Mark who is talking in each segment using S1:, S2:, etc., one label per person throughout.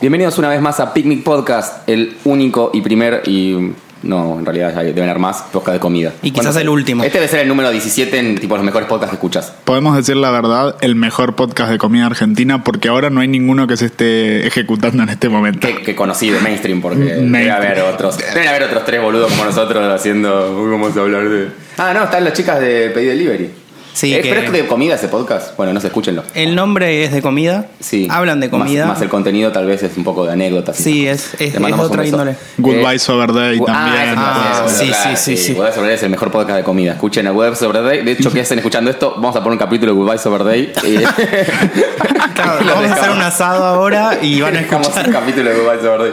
S1: Bienvenidos una vez más a Picnic Podcast, el único y primer y... No, en realidad ya deben haber más podcast de comida.
S2: Y
S1: ¿Cuántos
S2: quizás el
S1: hay?
S2: último.
S1: Este debe ser el número 17 en tipo los mejores podcasts que escuchas.
S3: Podemos decir la verdad, el mejor podcast de comida argentina, porque ahora no hay ninguno que se esté ejecutando en este momento.
S1: Que, que conocido, mainstream, porque
S2: Mm,
S3: Mainstream.
S1: debe haber otros. Deben haber otros tres boludos como nosotros haciendo. Uy, vamos a hablar de. Ah, no, están las chicas de Pay Delivery.
S2: Sí,
S1: Eh,
S2: que-
S1: Pero es de comida ese podcast. Bueno, no se escúchenlo.
S2: El nombre es de comida.
S1: Sí.
S2: Hablan de
S1: Más-
S2: comida.
S1: Más, el contenido tal vez es un poco de anécdotas. y
S2: Sí,
S1: esas cosas.
S2: es- es-
S1: Le mandamos
S2: es
S1: un
S2: otra
S1: beso.
S2: índole.
S3: Goodbye Sober Day
S1: Gu-
S3: también.
S2: Ah,
S1: Ah,
S2: sí,
S1: sí,
S2: sí,
S1: sí,
S2: sí,
S1: sí,
S2: sí.
S1: Goodbye Sober Day es el mejor podcast de comida. Escuchen a Web Sober Day. De hecho, que hacen escuchando esto, vamos a poner un capítulo de Goodbye Sober Day. Eh,
S2: Claro,
S1: lo
S2: vamos a hacer
S1: dejamos.
S2: un asado ahora y van a
S1: Dejamos
S2: escuchar.
S1: un capítulo de Goodbye Sober Day.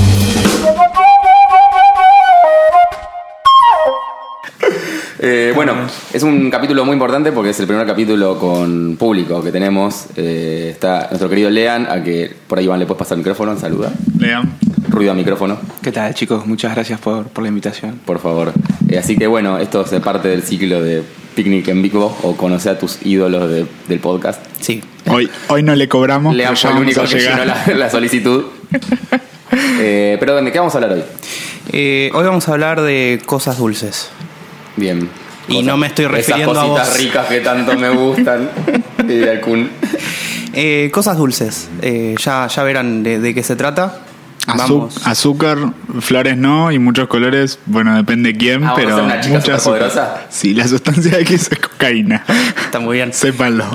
S1: Eh, bueno, es un capítulo muy importante porque es el primer capítulo con público que tenemos. Eh, está nuestro querido Lean, a que por ahí Iván le puedes pasar el micrófono, saluda.
S3: Lean.
S1: Ruido a micrófono,
S4: ¿Qué tal, chicos? Muchas gracias por, por la invitación.
S1: por favor. Eh, así que bueno, esto es parte del ciclo de Picnic en Vivo o conocer a tus ídolos de- del podcast.
S2: Sí.
S3: Hoy, hoy no le cobramos,
S1: Lean
S3: pero ya
S1: fue el
S3: vamos
S1: único
S3: a
S1: que llenó
S3: llegar.
S1: la, la solicitud. Eh, pero ¿de qué vamos a hablar hoy?
S2: Eh, hoy vamos a hablar de cosas dulces.
S1: Bien.
S2: Y no me estoy refiriendo
S1: Esas
S2: a
S1: cositas
S2: vos.
S1: ricas que tanto me gustan. Y al Kun.
S2: Eh, cosas dulces. Eh, ya, ya verán de, de qué se trata.
S3: Azu-
S2: Vamos.
S3: azúcar, flores no y muchos colores, bueno, depende quién,
S1: Ah, ¿vamos a
S3: pero
S1: ser una chica
S3: mucha azúcar.
S1: superpoderosa?
S3: Sí, la sustancia X es cocaína.
S2: Está muy bien.
S3: Sépanlo.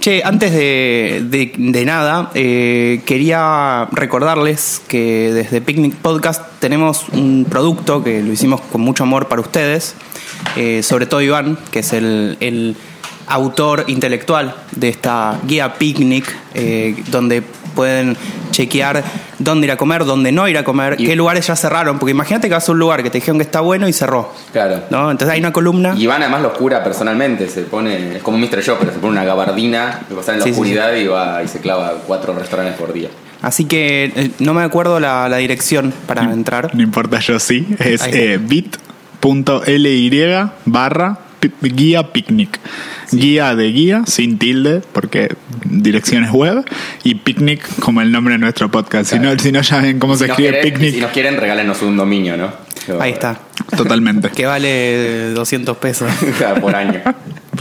S2: Che, antes de, de- de nada, eh, quería recordarles que desde Picnic Podcast tenemos un producto que lo hicimos con mucho amor para ustedes, eh, sobre todo Iván, que es el, el autor intelectual de esta guía Picnic, eh, donde pueden chequear dónde ir a comer, dónde no ir a comer,
S1: Y-
S2: qué lugares ya cerraron, porque imagínate que vas a un lugar que te dijeron que está bueno y cerró.
S1: Claro.
S2: ¿no? Entonces hay una columna.
S1: Y Iván además lo cura personalmente, se pone, es como un Mr. Yo, pero se pone una gabardina, lo pasa en la
S2: Sí, sí,
S1: oscuridad y va y se clava cuatro restaurantes por día.
S2: Así que eh, no me acuerdo la, la dirección para entrar.
S3: No importa, yo sí. Es
S2: Ahí está.
S3: eh, bit.ly barra pi- guía picnic. Guía de guía, sin tilde, porque direcciones web. Y picnic como el nombre de nuestro podcast. Si no, si no ya ven cómo se
S1: Si nos,
S3: escribe
S1: quieren-
S3: picnic.
S1: si nos quieren, regálenos un dominio, ¿no? Yo-
S2: Ahí está.
S3: Totalmente.
S2: Que vale 200 pesos.
S1: por año.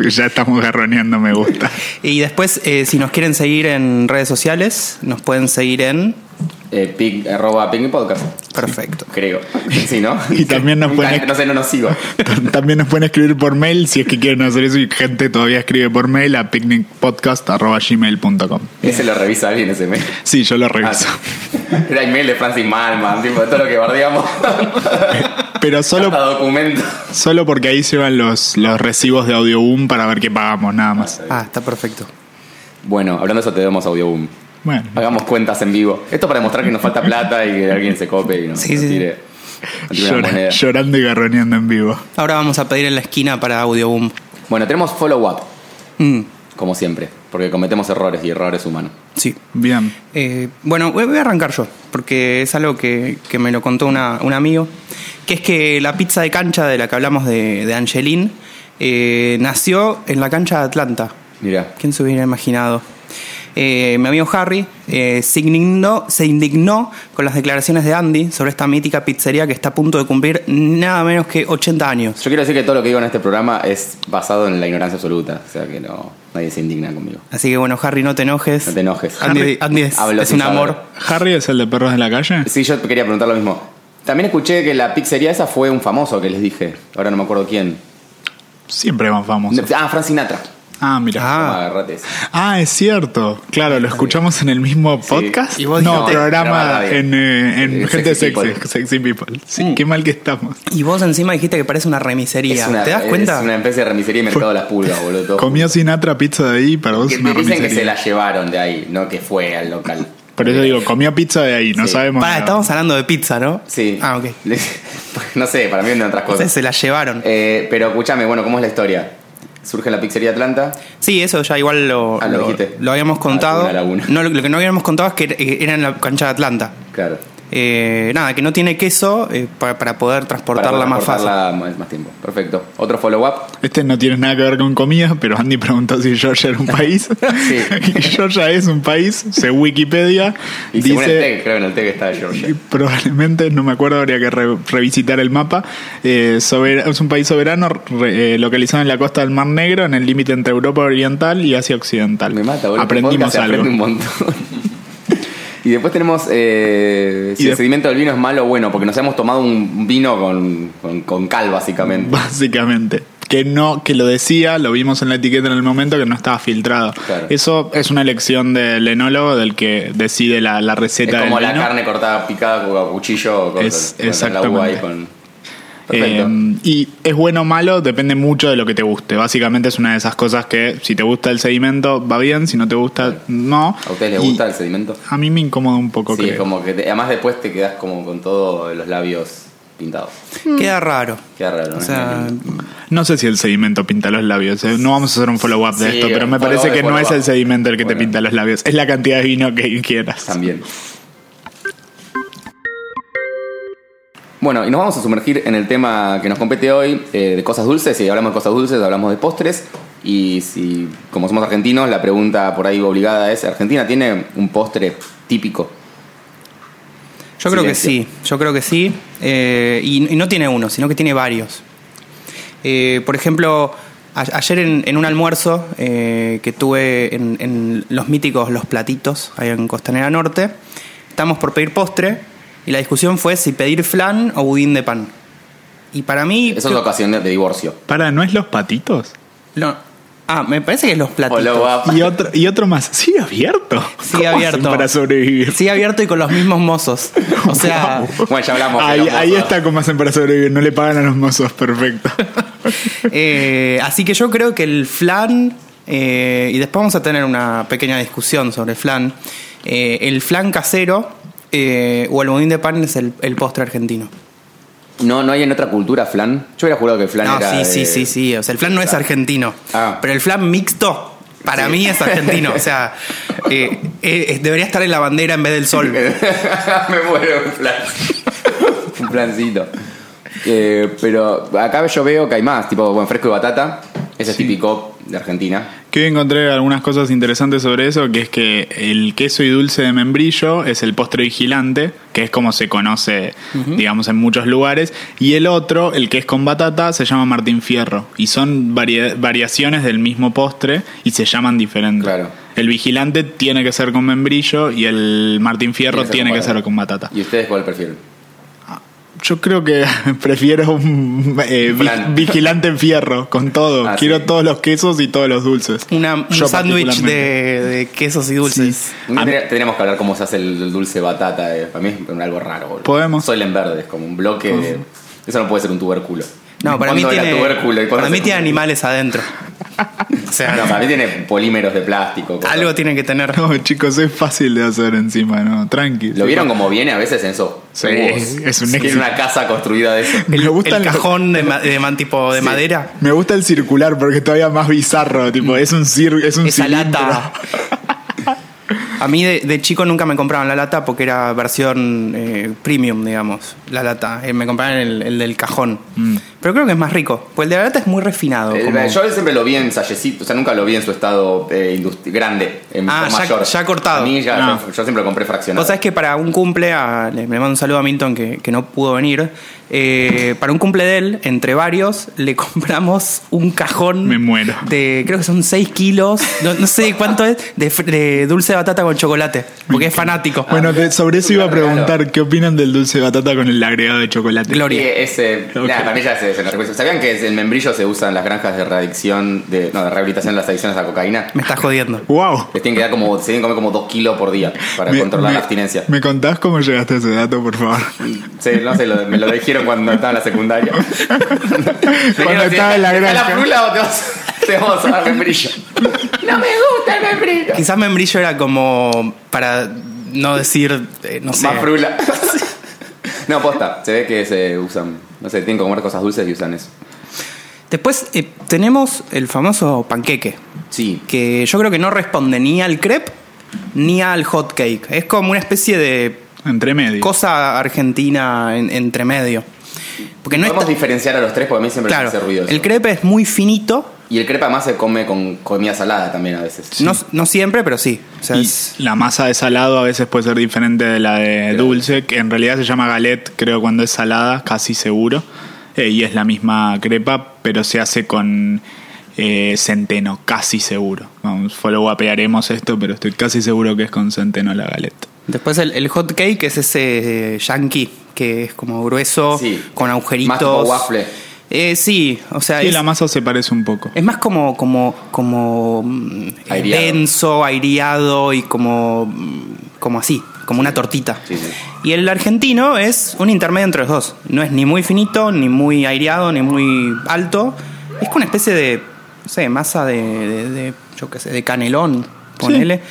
S3: ya estamos garroneando, me gusta.
S2: Y después, eh, si nos quieren seguir en redes sociales, nos pueden seguir en...
S1: Eh, pic- arroba Picnic Podcast,
S2: Perfecto.
S1: creo. Sí, ¿no?
S3: Y también nos
S1: Nunca-
S3: pueden-
S1: No sé, no nos sigo.
S3: También nos pueden escribir por mail si es que quieren hacer eso y gente todavía escribe por mail a picnicpodcast.gmail.com.
S1: Ese lo revisa alguien ese mail.
S3: Sí, yo lo reviso.
S1: Ah. Era el mail de Francis Malman, tipo, todo lo que bardeamos.
S3: Pero
S1: Solo
S3: solo
S1: documento.
S3: Solo porque ahí se van los, los recibos de Audioboom para ver qué pagamos, nada más.
S2: Ah, está perfecto.
S1: Bueno, hablando de eso, te demos audioboom.
S3: Bueno,
S1: Hagamos cuentas en vivo. Esto para demostrar que nos falta plata y que alguien se cope y nos,
S2: Sí,
S1: nos
S2: sí, sí.
S1: tire, nos tire una
S3: llora-
S1: moneda.
S3: llorando y garroneando en vivo.
S2: Ahora vamos a pedir en la esquina para Audioboom.
S1: Bueno, tenemos follow-up,
S2: Mm,
S1: como siempre, porque cometemos errores y errores humanos.
S2: sí.
S3: Bien.
S2: Eh, bueno, voy voy a arrancar yo, porque es algo que, que me lo contó una- un amigo, que es que la pizza de cancha de la que hablamos de, de Angelín eh, nació en la cancha de Atlanta.
S1: Mira,
S2: ¿Quién se hubiera imaginado? Eh, mi amigo Harry eh, se, indignó, se indignó con las declaraciones de Andy sobre esta mítica pizzería que está a punto de cumplir nada menos que 80 años.
S1: yo quiero decir que todo lo que digo en este programa es basado en la ignorancia absoluta, o sea que no nadie se indigna conmigo.
S2: Así que bueno, Harry, no te enojes.
S1: No te enojes.
S2: Andy, Andy es,
S1: Hablo
S2: es
S1: sin
S2: un
S1: saber.
S2: amor.
S3: ¿Harry es el de perros de la calle?
S1: Sí, yo quería preguntar lo mismo. También escuché que la pizzería esa fue un famoso que les dije, ahora no me acuerdo quién.
S3: Siempre más famoso.
S1: Ah, Frank Sinatra.
S3: Ah, mira.
S2: Ah.
S1: Agarrate ese.
S3: Ah, es cierto. Claro, lo escuchamos en el mismo podcast.
S1: Y vos
S3: no,
S1: dijiste- Programa
S3: programa
S1: radio.
S3: en, eh, en
S1: Eh,
S3: Gente
S1: Sexy
S3: Sexy,
S1: People.
S3: Sexy People. Sí,
S1: Mm.
S3: qué mal que estamos.
S2: Y vos encima dijiste que parece una remisería.
S1: Es una-
S2: ah, ¿Te das cuenta?
S1: Es una especie de remisería y mercado de las pulgas, boludo. todo
S3: Comió Sinatra pizza de ahí, para vos
S1: Que
S3: es una
S1: te dicen que se
S3: remisería.
S1: la llevaron de ahí, no que fue al local.
S3: Por eso digo, comió pizza de ahí, no
S1: Sí.
S3: sabemos.
S2: Pará,
S3: nada.
S2: estamos hablando de pizza, ¿no?
S1: Sí. Pues,
S2: Ah, ok.
S1: no sé, para mí eran otras
S2: O sea,
S1: cosas.
S2: se la llevaron.
S1: Eh, pero escúchame, bueno, ¿cómo es la historia? Surge en la pizzería Atlanta.
S2: Sí, eso ya igual lo,
S1: Ah, lo
S2: lo,
S1: dijiste.
S2: lo habíamos contado.
S1: Ah, laguna, laguna.
S2: No, lo, lo que no habíamos contado es que era- era en la cancha de Atlanta.
S1: Claro.
S2: Eh, nada, que no tiene queso eh, pa- para, poder transportarla
S1: Para
S2: más fácil.
S1: transportarla más- más tiempo. Perfecto. Otro follow-up.
S3: Este no tiene nada que ver con comida, pero Andy preguntó si Georgia era un país.
S1: Sí.
S3: Y Georgia es un país, según Wikipedia.
S1: Y según el
S3: dice,
S1: TEC, creo en el TEC está
S3: y
S1: Georgia.
S3: probablemente, no me acuerdo, habría que re- revisitar el mapa. eh, sober- es un país soberano re- eh, localizado en la costa del Mar Negro, en el límite entre Europa Oriental y Asia Occidental.
S1: Me mata, boludo. Este
S3: Aprendimos
S1: Podcast se
S3: algo.
S1: aprende un montón. y después tenemos eh, si
S3: Y
S1: el
S3: de-
S1: sedimento del vino es malo o bueno, porque nos hemos tomado un vino con, con, con cal, básicamente.
S3: Básicamente. Que no, que lo decía, lo vimos en la etiqueta en el momento que no estaba filtrado.
S1: Claro.
S3: Eso es una elección del enólogo del que decide la, la receta
S1: Es como
S3: del
S1: la
S3: vino.
S1: carne cortada, picada con- a cuchillo, o con,
S3: Es-
S1: con la uva ahí
S3: exactamente.
S1: con... Perfecto.
S3: Eh, y es bueno o malo, depende mucho de lo que te guste. Básicamente es una de esas cosas que si te gusta el sedimento va bien, si no te gusta, no.
S1: ¿A ustedes les
S3: Y
S1: gusta el sedimento?
S3: A mí me incomoda un poco,
S1: Sí,
S3: creo.
S1: es como que te- además después te quedas como con todos los labios pintados.
S2: Queda raro.
S1: Queda raro, ¿no?
S2: O sea,
S3: No sé si el sedimento pinta los labios. eh. No vamos a hacer un follow-up de
S1: Sí,
S3: esto, pero
S1: un
S3: me parece
S1: follow-up
S3: que
S1: de
S3: no es
S1: follow-up.
S3: el sedimento el que
S1: Bueno.
S3: te pinta los labios. Es la cantidad de vino que quieras.
S1: También. Bueno, y nos vamos a sumergir en el tema que nos compete hoy, eh, de cosas dulces. Si hablamos de cosas dulces, hablamos de postres. Y si, como somos argentinos, la pregunta por ahí obligada es, ¿Argentina tiene un postre típico?
S2: yo creo que
S1: Silencio.
S2: sí, yo creo que sí. Eh, y, y no tiene uno, sino que tiene varios. Eh, por ejemplo, a- ayer en, en un almuerzo eh, que tuve en, en los míticos Los Platitos, allá en Costanera Norte, estamos por pedir postre y la discusión fue si pedir flan o budín de pan. Y para mí...
S1: Eso es ocasión de de divorcio.
S3: Para, ¿no es los patitos?
S2: No. ah, me parece que es Los Platitos.
S1: Follow up.
S3: Y otro, y otro más. Sigue abierto.
S2: Sigue
S3: ¿Cómo
S2: abierto.
S3: hacen Para sobrevivir.
S2: Sí, abierto y con los mismos mozos. O sea,
S1: Bueno, ya hablamos. de
S3: Ahí,
S1: los
S3: ahí
S1: mozos.
S3: está cómo hacen para sobrevivir. No le pagan a los mozos. Perfecto.
S2: eh, así que yo creo que el flan, eh, y después vamos a tener una pequeña discusión sobre el flan, eh, el flan casero eh, o el budín de pan es el, el postre argentino.
S1: No, no hay en otra cultura flan. Yo hubiera jurado que el flan
S2: No,
S1: era.
S2: sí,
S1: de-
S2: sí, sí, sí. O sea, el flan no es argentino.
S1: Ah.
S2: Pero el flan mixto, para
S1: Sí.
S2: mí es argentino. O sea, eh, eh, debería estar en la bandera en vez del sol.
S1: Me muero un flan. un flancito. Eh, pero acá yo veo que hay más, tipo, bueno, fresco y batata. Ese es típico de Argentina.
S3: Que hoy encontré algunas cosas interesantes sobre eso, que es que el queso y dulce de membrillo es el postre vigilante, que es como se conoce, digamos, en muchos lugares, y el otro, el que es con batata, se llama Martín Fierro, y son varia- variaciones del mismo postre y se llaman diferentes.
S1: Claro.
S3: El vigilante tiene que ser con membrillo y el Martín Fierro tiene que ser con batata.
S1: ¿Y ustedes cuál prefieren?
S3: Yo creo que prefiero un eh, vi-
S1: Flan.
S3: vigilante en fierro, con todo.
S1: Ah,
S3: Quiero
S1: sí.
S3: todos los quesos y todos los dulces.
S2: Una- un
S3: Yo
S2: sándwich
S3: particularmente.
S2: de, de quesos y dulces.
S1: Un día
S3: A mí-
S1: tendría- Tendríamos que hablar cómo se hace el el dulce batata. eh. Para mí es algo raro, boludo.
S3: Podemos.
S1: Soilen verdes, como un bloque de. Eso no puede ser un tubérculo.
S2: No, para mí
S1: ¿Cuándo era
S2: tiene,
S1: tubérculo y cuándo
S2: para mí
S1: se-
S2: tiene animales adentro. O sea,
S1: No, para mí tiene polímeros de plástico. cosas
S2: algo tiene que tener.
S3: No, chicos, es fácil de hacer encima, ¿no? Tranqui.
S1: ¿Lo vieron como viene a veces en esos
S3: Sí,
S1: tubos?
S3: es un
S1: Tiene
S3: éxito.
S1: una casa construida de eso.
S3: Me gusta
S2: el
S3: la-
S2: cajón de, ma- de man- tipo de madera.
S3: Me gusta el circular porque es todavía más bizarro, tipo, es un cir es un
S2: Esa
S3: cilindro.
S2: lata. A mí de, de chico nunca me compraban la lata porque era versión eh, premium, digamos, la lata. Eh, me compraban el, el del cajón.
S3: Mm.
S2: Pero creo que es más rico, porque el de la lata es muy refinado.
S1: El-
S2: como-
S1: Eh, Yo siempre lo vi en sallecito, o sea, nunca lo vi en su estado eh, industri- grande, en
S2: Ah,
S1: por
S2: ya-
S1: mayor.
S2: ya cortado.
S1: A mí ya,
S3: No.
S1: yo, yo siempre lo compré fraccionado.
S2: Vos sabés que para un cumple, a- le, le mando un saludo a Milton que, que no pudo venir, eh, para un cumple de él, entre varios, le compramos un cajón.
S3: Me muero.
S2: De, creo que son 6 kilos, no, no sé cuánto es, de, fr- de dulce de batata con chocolate, porque es fanático.
S3: Bueno, de- sobre eso iba a
S1: Ah, Claro.
S3: preguntar, ¿qué opinan del dulce de batata con el agregado de chocolate?
S2: Gloria.
S1: Y ese,
S3: Ok.
S1: nada, para mí ya se, se lo recuerdo. ¿Sabían que el membrillo se usa en las granjas de readicción, de, no, de rehabilitación de las adicciones a la cocaína?
S2: Me estás jodiendo.
S3: ¡Wow!
S1: Les tienen que dar como, se tienen que comer como 2 kilos por día para
S3: Me-
S1: controlar
S3: me-
S1: la abstinencia.
S3: ¿Me contás cómo llegaste a ese dato, por favor?
S1: Sí, no sé, lo- me lo dijeron cuando estaba en la secundaria.
S3: Cuando estaba en
S1: ¿Está
S3: la granja.
S1: la frula o te vas, te vamos a dar membrillo? ¡No me gusta el membrillo!
S2: Quizás membrillo era como para no decir, eh, no sé.
S1: Más frula. No, posta, se ve que se usan, no sé, tienen que comer cosas dulces y usan eso.
S2: Después eh, tenemos el famoso panqueque,
S1: Sí,
S2: que yo creo que no responde ni al crepe ni al hot cake. Es como una especie de
S3: Entre medio.
S2: cosa argentina en- entre medio. Porque no
S1: podemos
S2: está,
S1: diferenciar a los tres porque a mí siempre me
S2: claro,
S1: hace ruido eso.
S2: el crepe es muy finito,
S1: Y el crepa más se come con comida salada también a veces.
S2: no, no siempre, pero sí. O sea,
S3: Y
S2: es-
S3: la masa de salado a veces puede ser diferente de la de dulce, que en realidad se llama galette, creo, cuando es salada, casi seguro. Eh, y es la misma crepa, pero se hace con eh, centeno, casi seguro. Vamos, luego apearemos esto, pero estoy casi seguro que es con centeno la galette.
S2: Después el, el hot cake es ese eh, yankee, que es como grueso,
S1: Sí.
S2: con agujeritos.
S1: Más tipo waffle.
S2: Eh, sí, o
S1: Ah,
S2: sea,
S3: Y
S2: es,
S3: la masa se parece un poco.
S2: es más como, como, como mm, eh,
S1: Aireado.
S2: denso, aireado y como, mm, como así, como una tortita.
S1: Sí, sí.
S2: Y el argentino es un intermedio entre los dos. No es ni muy finito, ni muy aireado, ni muy alto. Es como una especie de, no sé, masa de, de- de, yo qué sé, de canelón, ponele.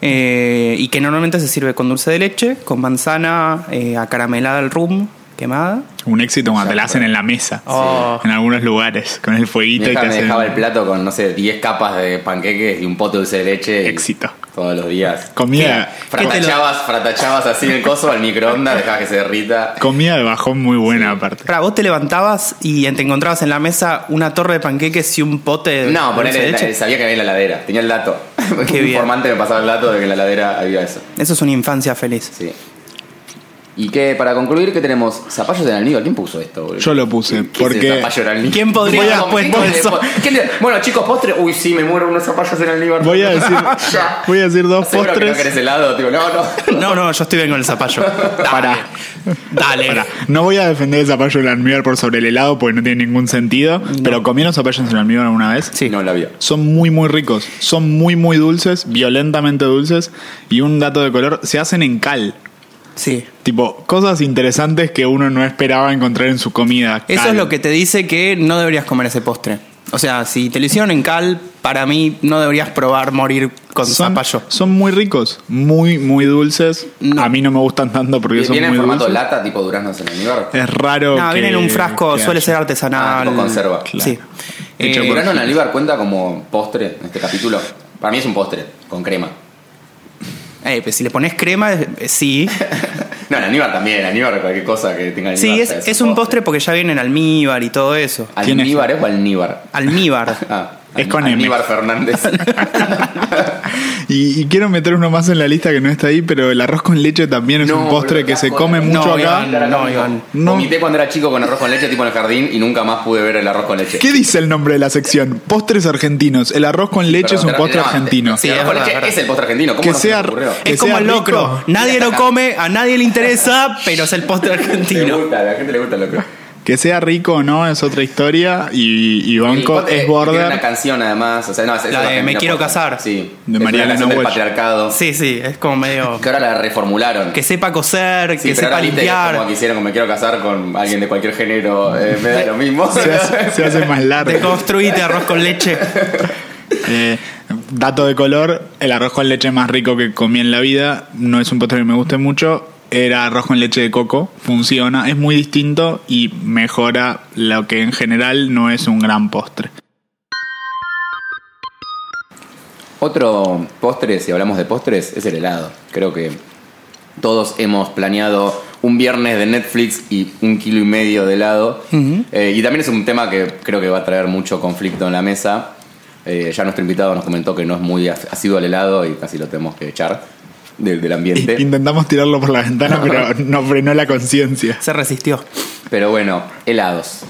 S2: Eh, y que normalmente se sirve con dulce de leche, con manzana eh, acaramelada al rum, quemada.
S3: Un éxito cuando te la hacen en la mesa,
S2: Oh.
S3: en algunos lugares, con el
S1: Mi
S3: fueguito y
S1: hija
S3: te
S1: me
S3: hacen-
S1: dejaba el plato con, no sé, 10 capas de panqueques y un pote de dulce de leche. y
S3: Éxito.
S1: Todos los días.
S3: Comida,
S2: ¿Qué te lo-
S1: Fratachabas, fratachabas así el coso al microondas, dejabas que se derrita.
S3: comida de bajón muy buena aparte.
S2: Pará, vos te levantabas y te encontrabas en la mesa una torre de panqueques y un pote de
S1: No,
S2: dulce de
S1: ponele,
S2: leche.
S1: sabía que había en la ladera, tenía el dato.
S2: Qué
S1: un
S2: bien.
S1: informante me pasaba el dato de que en la ladera había eso.
S2: Eso es una infancia feliz.
S1: Sí. Y que para concluir, ¿qué tenemos? Zapallos en almíbar. ¿Quién puso esto, boludo?
S3: Yo lo puse,
S1: ¿Qué es el
S3: porque-
S1: zapallo en almíbar?
S2: ¿Quién podría
S1: Voy a-
S2: haber puesto
S1: ¿Quién-
S2: eso?
S1: ¿Quién- Bueno, chicos, postre. Uy, sí, me muero unos zapallos en almíbar.
S3: Voy a decir,
S1: Ya.
S3: voy a decir dos
S1: Seguro que no
S3: postres.
S1: querés helado, tipo, no, no.
S2: No, no, yo estoy bien con el zapallo. Dale.
S3: Pará.
S2: Dale.
S3: Pará, Eh, no voy a defender el zapallo en almíbar por sobre el helado porque no tiene ningún sentido, pero comieron zapallos en almíbar alguna vez.
S2: Sí.
S1: No la vio.
S3: Son muy, muy ricos. Son muy, muy dulces, violentamente dulces. Y un dato de color, se hacen en cal.
S2: Sí.
S3: Tipo, cosas interesantes que uno no esperaba encontrar en su comida.
S2: Eso
S3: Cal.
S2: es lo que te dice que no deberías comer ese postre. O sea, si te lo hicieron en cal, para mí no deberías probar morir con
S3: son,
S2: zapallo.
S3: son muy ricos, muy, muy dulces.
S2: No.
S3: A mí no me gustan tanto porque son
S1: ¿Viene en
S3: muy
S1: formato
S3: dulces. Eh,
S1: lata, tipo duraznos en almíbar?
S3: Es raro.
S2: No,
S3: que-
S2: viene en un frasco,
S3: que
S2: suele
S3: haya.
S2: ser artesanal.
S1: Ah, tipo conserva.
S2: Sí.
S3: Claro.
S2: Eh,
S3: Hecho
S1: ¿El
S3: por-
S1: durazno en almíbar cuenta como postre en este capítulo? Para mí es un postre, con crema.
S2: eh, pues si le pones crema, eh, sí.
S1: No, en almíbar también, en almíbar cualquier cosa que tenga almíbar.
S2: Sí,
S1: o
S2: es,
S1: sea,
S2: es un postre porque ya viene en almíbar y todo eso.
S3: ¿Quién es?
S1: ¿Almíbar es o alníbar?
S2: Almíbar.
S1: Ah,
S3: Es
S1: Al-
S3: con M.
S1: Almíbar Fernández.
S3: Y, y quiero meter uno más en la lista que no está ahí, pero el arroz con leche también es un postre que se come mucho
S2: No,
S3: acá.
S2: Iván. no, Iván.
S3: No.
S1: Vomité cuando era chico con arroz con leche, tipo en el jardín, y nunca más pude ver el arroz con leche.
S3: ¿Qué dice el nombre de la sección? Postres argentinos. El arroz con leche
S1: Perdón,
S3: es un
S1: te-
S3: postre
S1: no, te-
S3: argentino.
S1: el
S2: Sí,
S1: arroz
S2: es
S1: con
S2: verdad,
S1: leche
S2: verdad.
S1: es el postre argentino. ¿Cómo
S3: Que
S1: no se
S3: sea-
S1: nos ocurrió?
S3: que
S2: Es como
S3: sea
S2: el locro.
S3: rico.
S2: Nadie lo come, a nadie le interesa, pero es el postre
S1: Le
S2: argentino.
S1: gusta, a la gente le gusta el locro.
S3: Que sea rico o no es otra historia. Y, y
S1: El
S3: Banco
S1: postre
S3: es
S1: Tiene una
S3: border.
S1: canción además. O sea, no, es- es
S2: La de
S1: argentino
S2: Me quiero
S1: postre.
S2: casar.
S1: Sí.
S3: De
S1: Es
S3: María
S1: una canción
S3: Elena
S1: del
S3: Walsh.
S1: patriarcado.
S2: Sí, sí, es como medio.
S1: Que ahora la reformularon.
S2: Que sepa coser,
S1: Sí,
S2: que
S1: pero
S2: sepa
S1: ahora viste que es
S2: limpiar.
S1: como que hicieron con me quiero casar con alguien de cualquier género, eh, me da lo mismo.
S3: Se hace, se hace más
S2: Te
S3: largo.
S2: construiste arroz con leche.
S3: Eh, dato de color: el arroz con leche más rico que comí en la vida. No es un postre que me guste mucho. Era arroz con leche de coco. Funciona. Es muy distinto y mejora lo que en general no es un gran postre.
S1: Otro postre, si hablamos de postres, es el helado. Creo que todos hemos planeado un viernes de Netflix y un kilo y medio de helado. Eh, y también es un tema que creo que va a traer mucho conflicto en la mesa. Eh, ya nuestro invitado nos comentó que no es muy as- asiduo al helado y casi lo tenemos que echar del, del ambiente.
S3: Intentamos tirarlo por la ventana, pero no frenó la conciencia.
S2: Se resistió.
S1: Pero bueno, helados.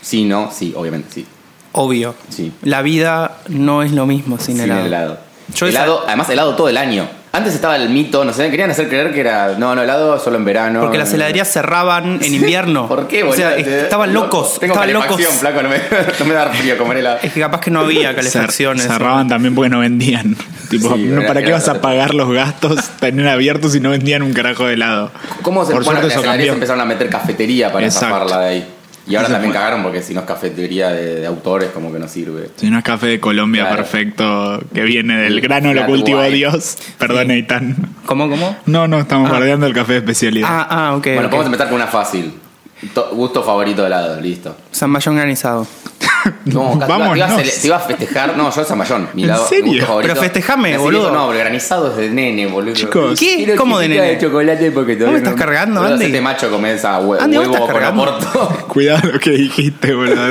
S1: Sí, no, sí, obviamente, sí.
S2: Obvio.
S1: Sí.
S2: La vida no es lo mismo sin,
S1: Sin
S2: helado.
S1: helado.
S2: Yo
S1: helado
S2: esa-
S1: además helado todo el año. Antes estaba el mito, no sé, querían hacer creer que era, no, no, helado solo en verano.
S2: Porque las heladerías cerraban en invierno.
S1: ¿Por qué, boludo?
S2: O sea,
S1: Te-
S2: estaban
S1: loco.
S2: locos.
S1: Tengo
S2: estaban locos.
S1: calefacción, flaco, no me, no me da frío comer helado.
S2: Es que capaz que no había calefacciones.
S3: Cer- cerraban también porque no vendían. Tipo,
S1: Sí,
S3: no,
S1: era-
S3: ¿para qué
S1: era
S3: vas a
S1: bastante-
S3: pagar los gastos, tener abiertos si no vendían un carajo de helado?
S1: ¿Cómo se
S3: Por
S1: bueno,
S3: suerte
S1: las
S3: eso
S1: heladerías
S3: cambió.
S1: empezaron a meter cafetería para
S3: Exacto.
S1: zafarla de ahí? Y ahora
S3: Eso
S1: también
S3: fue.
S1: cagaron porque si no es cafetería de, de autores, como que no sirve.
S3: Si no es café de Colombia
S1: Claro.
S3: perfecto, que viene del
S1: El
S3: grano, lo
S1: flat
S3: cultivó
S1: white.
S3: Dios. Perdón, Eitan.
S2: ¿eh? ¿Cómo, cómo?
S3: No, no, estamos
S2: Ah.
S3: bardeando el café de especialidad.
S2: Ah, ah, ok.
S1: bueno,
S2: ok.
S1: podemos empezar con una fácil. To- gusto favorito de helado, listo.
S2: Zamballón granizado.
S1: No, acá te iba- te iba a
S3: Vámonos.
S1: cele- te iba a festejar. No, yo Samayón. Mi
S3: ¿En
S1: lado, mi
S3: serio?
S1: gusto favorito.
S2: Pero festejame,
S1: Así,
S2: boludo.
S1: No, pero granizado es de nene, boludo.
S3: Chicos.
S2: ¿Qué?
S1: Quiero
S2: ¿Cómo de
S1: chiquita
S2: nene?
S1: chocolate porque
S2: ¿Vos me
S1: no-
S2: estás cargando,
S1: Boludo,
S2: Andy?
S1: hacete macho come esa hue-
S2: Andy, ¿vos
S1: huevo
S2: estás
S1: con
S2: cargando?
S1: aporto.
S3: Cuidado lo que dijiste, boludo.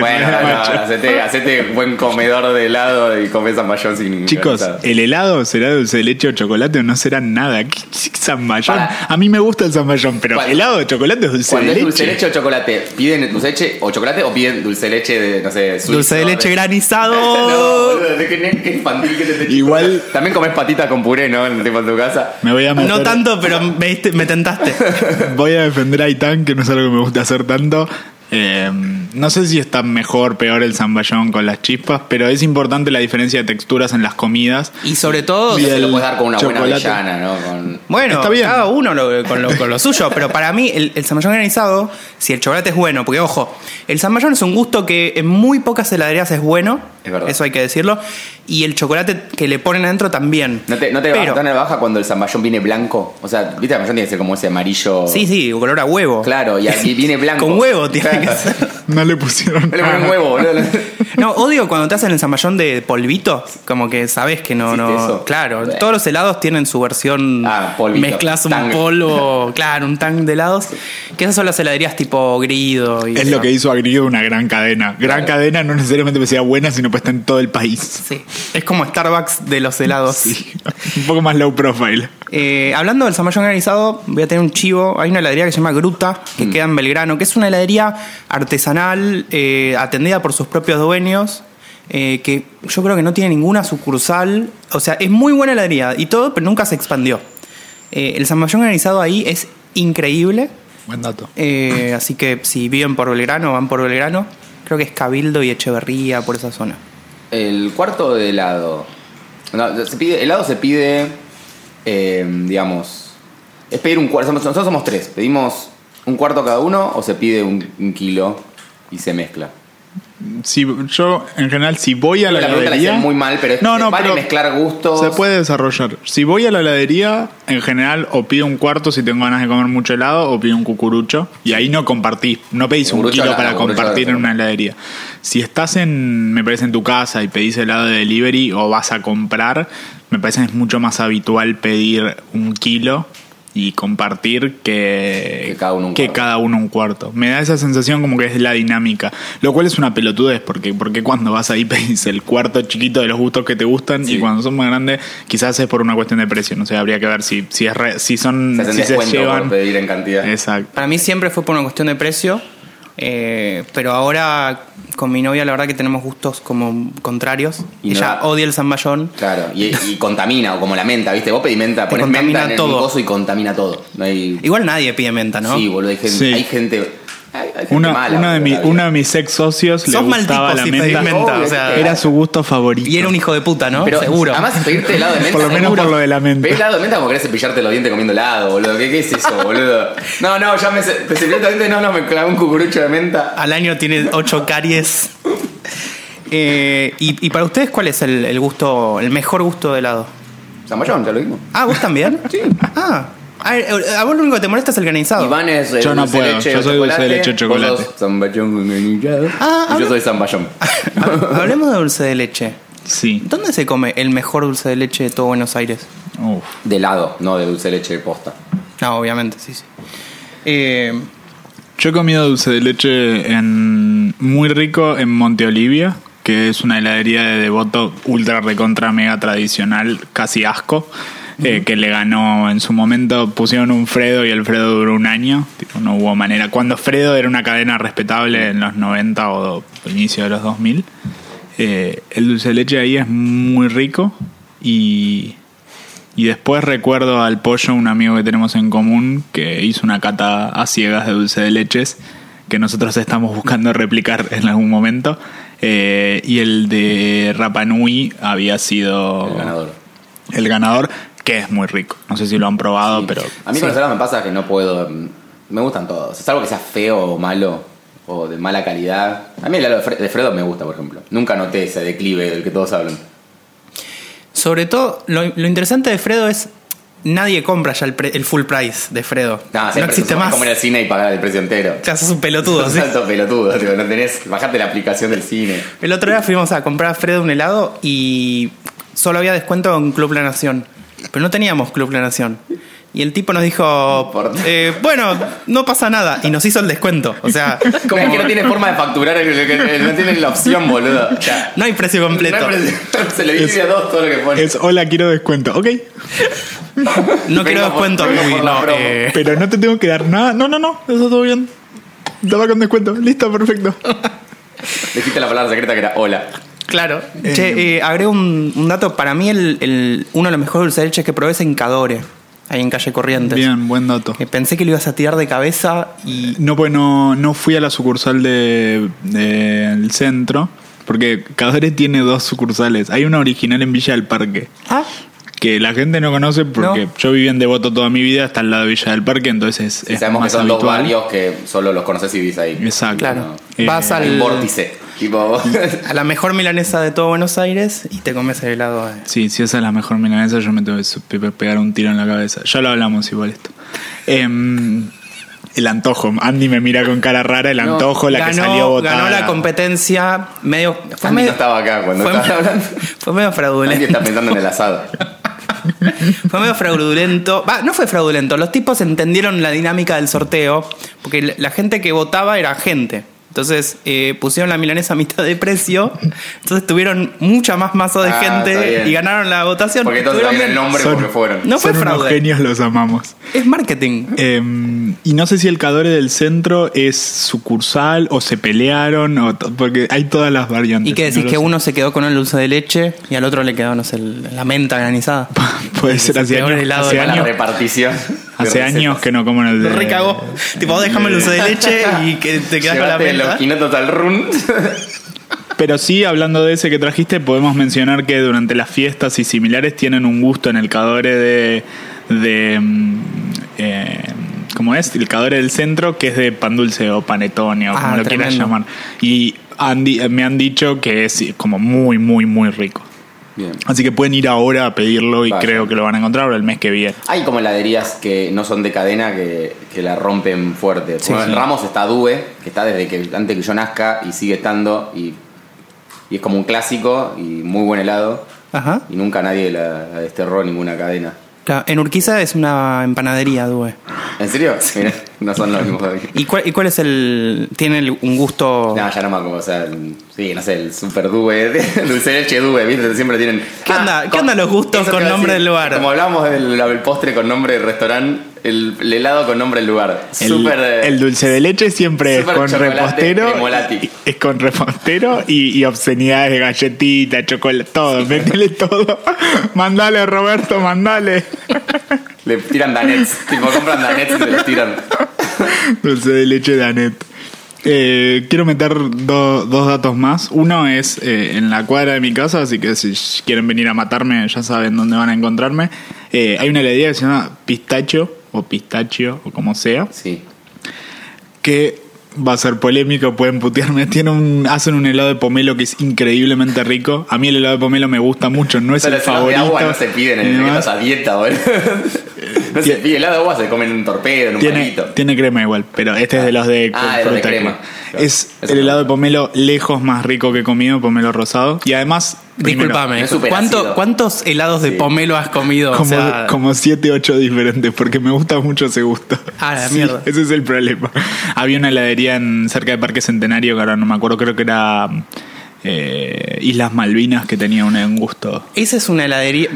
S1: bueno,
S3: no,
S1: no, no,
S3: macho.
S1: hacete, hacete buen comedor de helado y come Samayón sin
S3: Chicos,
S2: eh,
S1: granizado.
S3: ¿el helado será dulce de leche o chocolate o no será nada? ¿Qué, qué zamballón?
S1: Para.
S3: A mí me gusta el zamballón, pero
S1: Cuando-
S3: helado de chocolate es dulce de
S1: Cuando
S3: leche.
S1: es dulce de leche o chocolate, ¿piden dulce de leche o chocolate o piden dulce de leche de, no sé, suizo?
S2: Dulce de leche
S1: No, boludo,
S2: granizado.
S1: qué, qué infantil que te- te
S3: Igual-
S1: También comes patita con puré, ¿no? En, tipo, en tu casa.
S3: Me voy a meter-
S2: No tanto, pero me, diste- me tentaste.
S3: Voy a defender a Itán, que no es algo que me gusta hacer tanto. Eh, no sé si está mejor, peor el zamballón con las chispas, pero es importante la diferencia de texturas en las comidas.
S2: Y sobre todo,
S3: Bien.
S1: Se lo puedes dar con una buena
S3: Chocolate.
S1: avellana, ¿no? Con...
S2: bueno,
S3: Está bien.
S2: cada uno lo- con, lo, con lo suyo. Pero para mí, el, el zamballón granizado, si el chocolate es bueno, porque ojo, el zamballón es un gusto que en muy pocas heladerías es bueno.
S1: Es verdad.
S2: Eso hay que decirlo. Y el chocolate que le ponen adentro también.
S1: ¿No te, no te
S2: pero,
S1: baja, no te baja cuando el zamballón viene blanco? O sea, ¿viste? El zamballón tiene que ser como ese amarillo.
S2: Sí, sí, color a huevo.
S1: Claro, y aquí viene blanco.
S2: Con huevo tiene
S1: Claro.
S2: que ser.
S3: No le pusieron
S1: No le ponen
S3: nada.
S1: huevo, boludo.
S2: No, odio cuando te hacen el zamballón de polvito, como que sabes que no,
S1: ¿Hiciste
S2: no.
S1: eso?
S2: Claro,
S1: Bleh.
S2: todos los helados tienen su versión.
S1: Ah, polvito.
S2: Mezclas un
S1: Tang.
S2: polvo, claro, un tang de helados. Que esas son las heladerías tipo grido y
S3: Es lo que hizo Agrido una gran cadena. Gran cadena no necesariamente me sea buena, sino pues está en todo el país.
S2: Sí. Es como Starbucks de los helados.
S3: Un poco más low profile.
S2: Eh, hablando del zamballón granizado, voy a tener un chivo. Hay una heladería que se llama Gruta, que queda en Belgrano, que es una heladería artesanal eh, atendida por sus propios dueños, eh, que yo creo que no tiene ninguna sucursal. O sea, es muy buena heladería y todo, pero nunca se expandió. Eh, el zamballón granizado ahí es increíble.
S3: Buen dato.
S2: eh, así que si viven por Belgrano, van por Belgrano. Creo que es Cabildo y Echeverría, por esa zona.
S1: El cuarto de helado. No, se pide, helado se pide, eh, digamos, es pedir un cuarto. Nosotros somos tres. ¿Pedimos un cuarto cada uno o se pide un, un kilo y se mezcla?
S3: Si, yo, en general, si voy a la,
S1: La pregunta la hice
S3: heladería.
S1: muy mal, pero es-
S3: no, no,
S1: vale
S3: pero
S1: mezclar gustos.
S3: Se puede desarrollar. Si voy a la heladería, en general, o pido un cuarto si tengo ganas de comer mucho helado, o pido un cucurucho. Y ahí no compartís. No pedís un
S1: Cucurucho
S3: kilo
S1: no,
S3: para
S1: cucurucho
S3: compartir
S1: no.
S3: en una heladería. Si estás en, me parece, en tu casa y pedís helado de delivery o vas a comprar, me parece que es mucho más habitual pedir un kilo y compartir que,
S1: Que cada uno un
S3: que
S1: cuarto.
S3: cada uno un cuarto. Me da esa sensación como que es la dinámica, lo cual es una pelotudez, porque, porque cuando vas ahí pedís el cuarto chiquito de los gustos que te gustan
S1: Sí.
S3: y cuando son más grandes quizás es por una cuestión de precio, no sé, habría que ver si, si, es re- si son,
S1: Se hacen
S3: si se
S1: descuento por
S3: llevan.
S1: pedir en cantidad.
S3: Exacto.
S2: Para mí siempre fue por una cuestión de precio, eh, pero ahora con mi novia la verdad que tenemos gustos como contrarios.
S1: Y no
S2: Ella
S1: da-
S2: odia el zamballón.
S1: Claro, y, y contamina, o como la menta, ¿viste? Vos pedís menta,
S2: Te
S1: ponés
S2: contamina
S1: menta en
S2: todo.
S1: el coso y contamina todo. No hay...
S2: Igual nadie pide menta, ¿no?
S1: Sí, boludo, hay gente,
S3: Sí.
S1: hay gente, hay- hay gente
S3: Una,
S1: mala.
S3: una de
S1: boludo,
S3: mi,
S1: la vida.
S3: una de mis ex socios le
S2: Sos mal tipo
S3: gustaba la
S2: si pedís
S3: menta.
S2: menta.
S1: Obvio,
S2: o sea,
S1: que-
S3: Era su gusto favorito.
S2: y era un hijo de puta, ¿no?
S1: Pero
S2: Seguro.
S1: Además, pedirte helado de menta.
S3: Por lo menos
S1: seguro.
S3: por lo de la menta.
S1: Pedir helado de menta como querés cepillarte los dientes comiendo helado, boludo. ¿Qué, qué es eso, boludo? No, no, ya me ce- me cepillé los dientes, no, no, me clavé un cucurucho de menta.
S2: Al año tiene ocho caries. Eh, y, y para ustedes cuál es el, el gusto, el mejor gusto de helado?
S1: Zamballón, ya lo mismo.
S2: Ah, ¿vos también? sí. Ah, a, a vos lo único que te molesta es el granizado.
S1: Iván es eh,
S3: Yo no
S1: dulce de
S3: puedo,
S1: leche,
S3: yo soy dulce de leche, chocolate.
S1: Vos sos zamballón con granizado.
S2: Ah,
S1: y
S2: habla-
S1: yo soy zamballón.
S2: Ha- Hablemos de dulce de leche.
S3: Sí.
S2: ¿Dónde se come el mejor dulce de leche de todo Buenos Aires?
S3: Uf.
S1: De helado, no de dulce de leche de posta.
S2: No, Ah, obviamente, sí, sí. Eh,
S3: Yo he comido dulce de leche en muy rico en Monte Olivia, que es una heladería de devoto ultra recontra mega tradicional, casi asco. eh, que le ganó en su momento, pusieron un Fredo y el Fredo duró un año, Tipo, no hubo manera. Cuando Fredo era una cadena respetable en los 90 o do- inicio de los 2000, eh, el dulce de leche ahí es muy rico y... Y después recuerdo al pollo, un amigo que tenemos en común, que hizo una cata a ciegas de dulce de leches, que nosotros estamos buscando replicar en algún momento. Eh, y el de Rapa Nui había sido
S1: El ganador.
S3: el ganador, que es muy rico. No sé si lo han probado, pero...
S1: A mí con los salados me pasa que no puedo. mm, Me gustan todos. Es algo que sea feo o malo o de mala calidad. A mí el helado de Fre- de Fredo me gusta, por ejemplo. Nunca noté ese declive del que todos hablan.
S2: Sobre todo, lo, lo interesante de Fredo es nadie compra ya el, pre- el full price de Fredo.
S1: Nada,
S2: no
S1: siempre
S2: existe
S1: se supone
S2: más.
S1: como ir al cine y pagar el precio entero.
S2: Ya sos un pelotudo.
S1: Sos
S2: ¿sí?
S1: tanto pelotudo, digo, no tenés. Bajate la aplicación del cine.
S2: El otro día fuimos a comprar a Fredo un helado y solo había descuento en Club La Nación. Pero no teníamos Club La Nación. Y el tipo nos dijo,
S1: importa.
S2: eh, bueno, no pasa nada. Y nos hizo el descuento. O sea,
S1: Como que no tiene forma de facturar, el- el- el- no tiene la opción, boludo. O sea,
S2: no hay precio completo.
S1: no hay precio- se le dice a dos todo lo que pone.
S3: Es, hola, quiero descuento. Ok,
S2: No
S1: Vengo
S2: quiero
S1: por-
S2: descuento.
S1: vengo por
S2: Uy,
S1: la
S2: no,
S1: promo.
S2: eh,
S3: pero no te tengo que dar nada. No, no, no, eso todo bien. Daba con descuento. Listo, perfecto.
S1: Dijiste la palabra secreta que era hola.
S2: claro.
S3: Eh,
S2: Che, eh, agrego un, un dato. Para mí, el, el- uno de los mejores dulces de leche que probé es en Cadore, ahí en Calle Corrientes.
S3: Bien, buen dato.
S2: Que pensé que lo ibas a tirar de cabeza y
S3: No, pues no, no fui a la sucursal de- del centro, porque Cadore tiene dos sucursales. Hay una original en Villa del Parque,
S2: Ah,
S3: que la gente no conoce porque
S2: No.
S3: yo viví en Devoto toda mi vida, está al lado de Villa del Parque, entonces
S1: Y
S3: es
S1: sabemos que
S3: más
S1: son dos
S3: habitual.
S1: barrios que solo los conoces si vivís ahí.
S3: Exacto.
S2: claro.
S3: Eh,
S2: Vas
S1: Hay
S2: al
S1: un vórtice. Tipo,
S2: a la mejor milanesa de todo Buenos Aires y te comes el helado. eh.
S3: Sí, si esa es la mejor milanesa, yo me tengo que su- pe- pe- pegar un tiro en la cabeza. Ya lo hablamos igual esto. Em, el antojo. Andy me mira con cara rara. El
S2: No,
S3: antojo, la que
S2: ganó-
S3: salió votada.
S2: Ganó la competencia medio. Fue
S1: Andy
S2: medio
S1: no estaba acá cuando
S2: fue,
S1: estaba hablando.
S2: fue medio
S1: Nadie
S2: fraudulento.
S1: está pensando en el asado.
S2: Fue medio fraudulento. Va, no fue fraudulento. Los tipos entendieron la dinámica del sorteo. Porque la- la gente que votaba era gente. Entonces eh, pusieron la milanesa a mitad de precio. Entonces tuvieron mucha más masa de
S1: Ah, está
S2: gente
S1: bien.
S2: y ganaron la votación.
S1: Porque todos
S2: Tuvieron
S1: sabían el
S2: bien.
S1: nombre
S3: Son-
S1: porque fueron.
S2: No fue
S3: Son unos
S2: fraude.
S3: genios, los amamos.
S2: Es marketing.
S3: Em, y no sé si el Cadore del centro es sucursal o se pelearon, o to- porque hay todas las variantes.
S2: ¿Y qué decís?
S3: no lo
S2: que
S3: sé.
S2: uno se quedó con el dulce de leche y al otro le quedó, no sé, el- la menta granizada.
S3: Puede ser hace
S2: peor
S3: años.
S2: helado
S3: Hace,
S2: de
S1: Mala
S3: años,
S1: repartición.
S3: hace años que no como en el de.
S2: Recagó. Tipo, vos dejame el dulce de leche y que te quedas con la
S1: Llevaste los
S2: menta.
S1: quinotos al run.
S3: Pero sí, hablando de ese que trajiste, podemos mencionar que durante las fiestas y similares tienen un gusto en el cadore de. de mm, eh, ¿Cómo es? El cadore del centro, que es de pan dulce o panetone o
S2: Ah,
S3: como lo quieras
S2: tremendo.
S3: llamar. Y han di- me han dicho que es como muy, muy, muy rico.
S1: Bien.
S3: Así que pueden ir ahora a pedirlo y
S1: Vaya.
S3: creo que lo van a encontrar ahora el mes que viene.
S1: Hay como heladerías que no son de cadena que, que la rompen fuerte. Por ejemplo, en
S3: sí.
S1: Ramos está Due, que está desde que antes que yo nazca y sigue estando y, y es como un clásico y muy buen helado.
S2: Ajá.
S1: Y nunca nadie la, la desterró ninguna cadena.
S2: Claro, en Urquiza es una empanadería, Due.
S1: ¿En serio? Mirá, no son los mismos.
S2: ¿Y cuál, y cuál es el...? ¿Tiene el- un gusto...?
S1: No, ya no me acuerdo, o sea, el- sí, no sé, el super dube, dulce de leche dube, viste, siempre tienen... ah,
S2: ¿Qué onda- qué onda los gustos
S1: eso te
S2: con
S1: iba a
S2: nombre
S1: decir.
S2: del lugar?
S1: Como hablábamos del el postre con nombre del restaurante, el, el helado con nombre del lugar.
S3: El,
S1: super... eh,
S3: el dulce de leche siempre es
S1: Súper
S3: con
S1: chocolate,
S3: repostero.
S1: cremolati.
S3: y- Es con repostero y, y obscenidades de galletita, chocolate, todo. Métele todo. Mandale, Roberto, mandale.
S1: Le tiran danets, tipo compran danets y se los tiran.
S3: Dulce de leche Danet. Eh, quiero meter do- dos datos más. Uno es eh, en la cuadra de mi casa, así que si quieren venir a matarme, ya saben dónde van a encontrarme. Eh, hay una heladería que se llama Pistacho o Pistachio o como sea.
S1: Sí.
S3: que va a ser polémico, pueden putearme. Tiene un, hacen un helado de pomelo que es increíblemente rico. A mí el helado de pomelo me gusta mucho, no es
S1: Pero
S3: el
S1: los helados de
S3: favorito.
S1: agua no se piden
S3: y
S1: en el
S3: demás.
S1: a dieta, boludo. No se
S3: Tiene-
S1: pide helado de agua, se comen en un torpedo, en un
S3: tiene,
S1: palito.
S3: tiene crema igual, pero este es de los de,
S1: Ah,
S3: con
S1: de los de
S3: fruta
S1: crema. Claro.
S3: Es
S1: Eso
S3: el
S1: no.
S3: helado de pomelo lejos más rico que he comido, pomelo rosado. Y además, primero,
S2: Disculpame,
S1: es súper
S2: ¿cuánto-
S1: ácido.
S2: ¿cuántos helados de
S1: Sí.
S2: pomelo has comido? O
S3: como,
S2: sea,
S3: como siete, ocho diferentes, porque me gusta mucho ese gusto.
S2: Ah, la mierda.
S3: Ese es el problema. Había una heladería en, cerca de Parque Centenario, que ahora no me acuerdo, creo que era eh, Islas Malvinas que tenía un gusto.
S2: Esa es una heladería,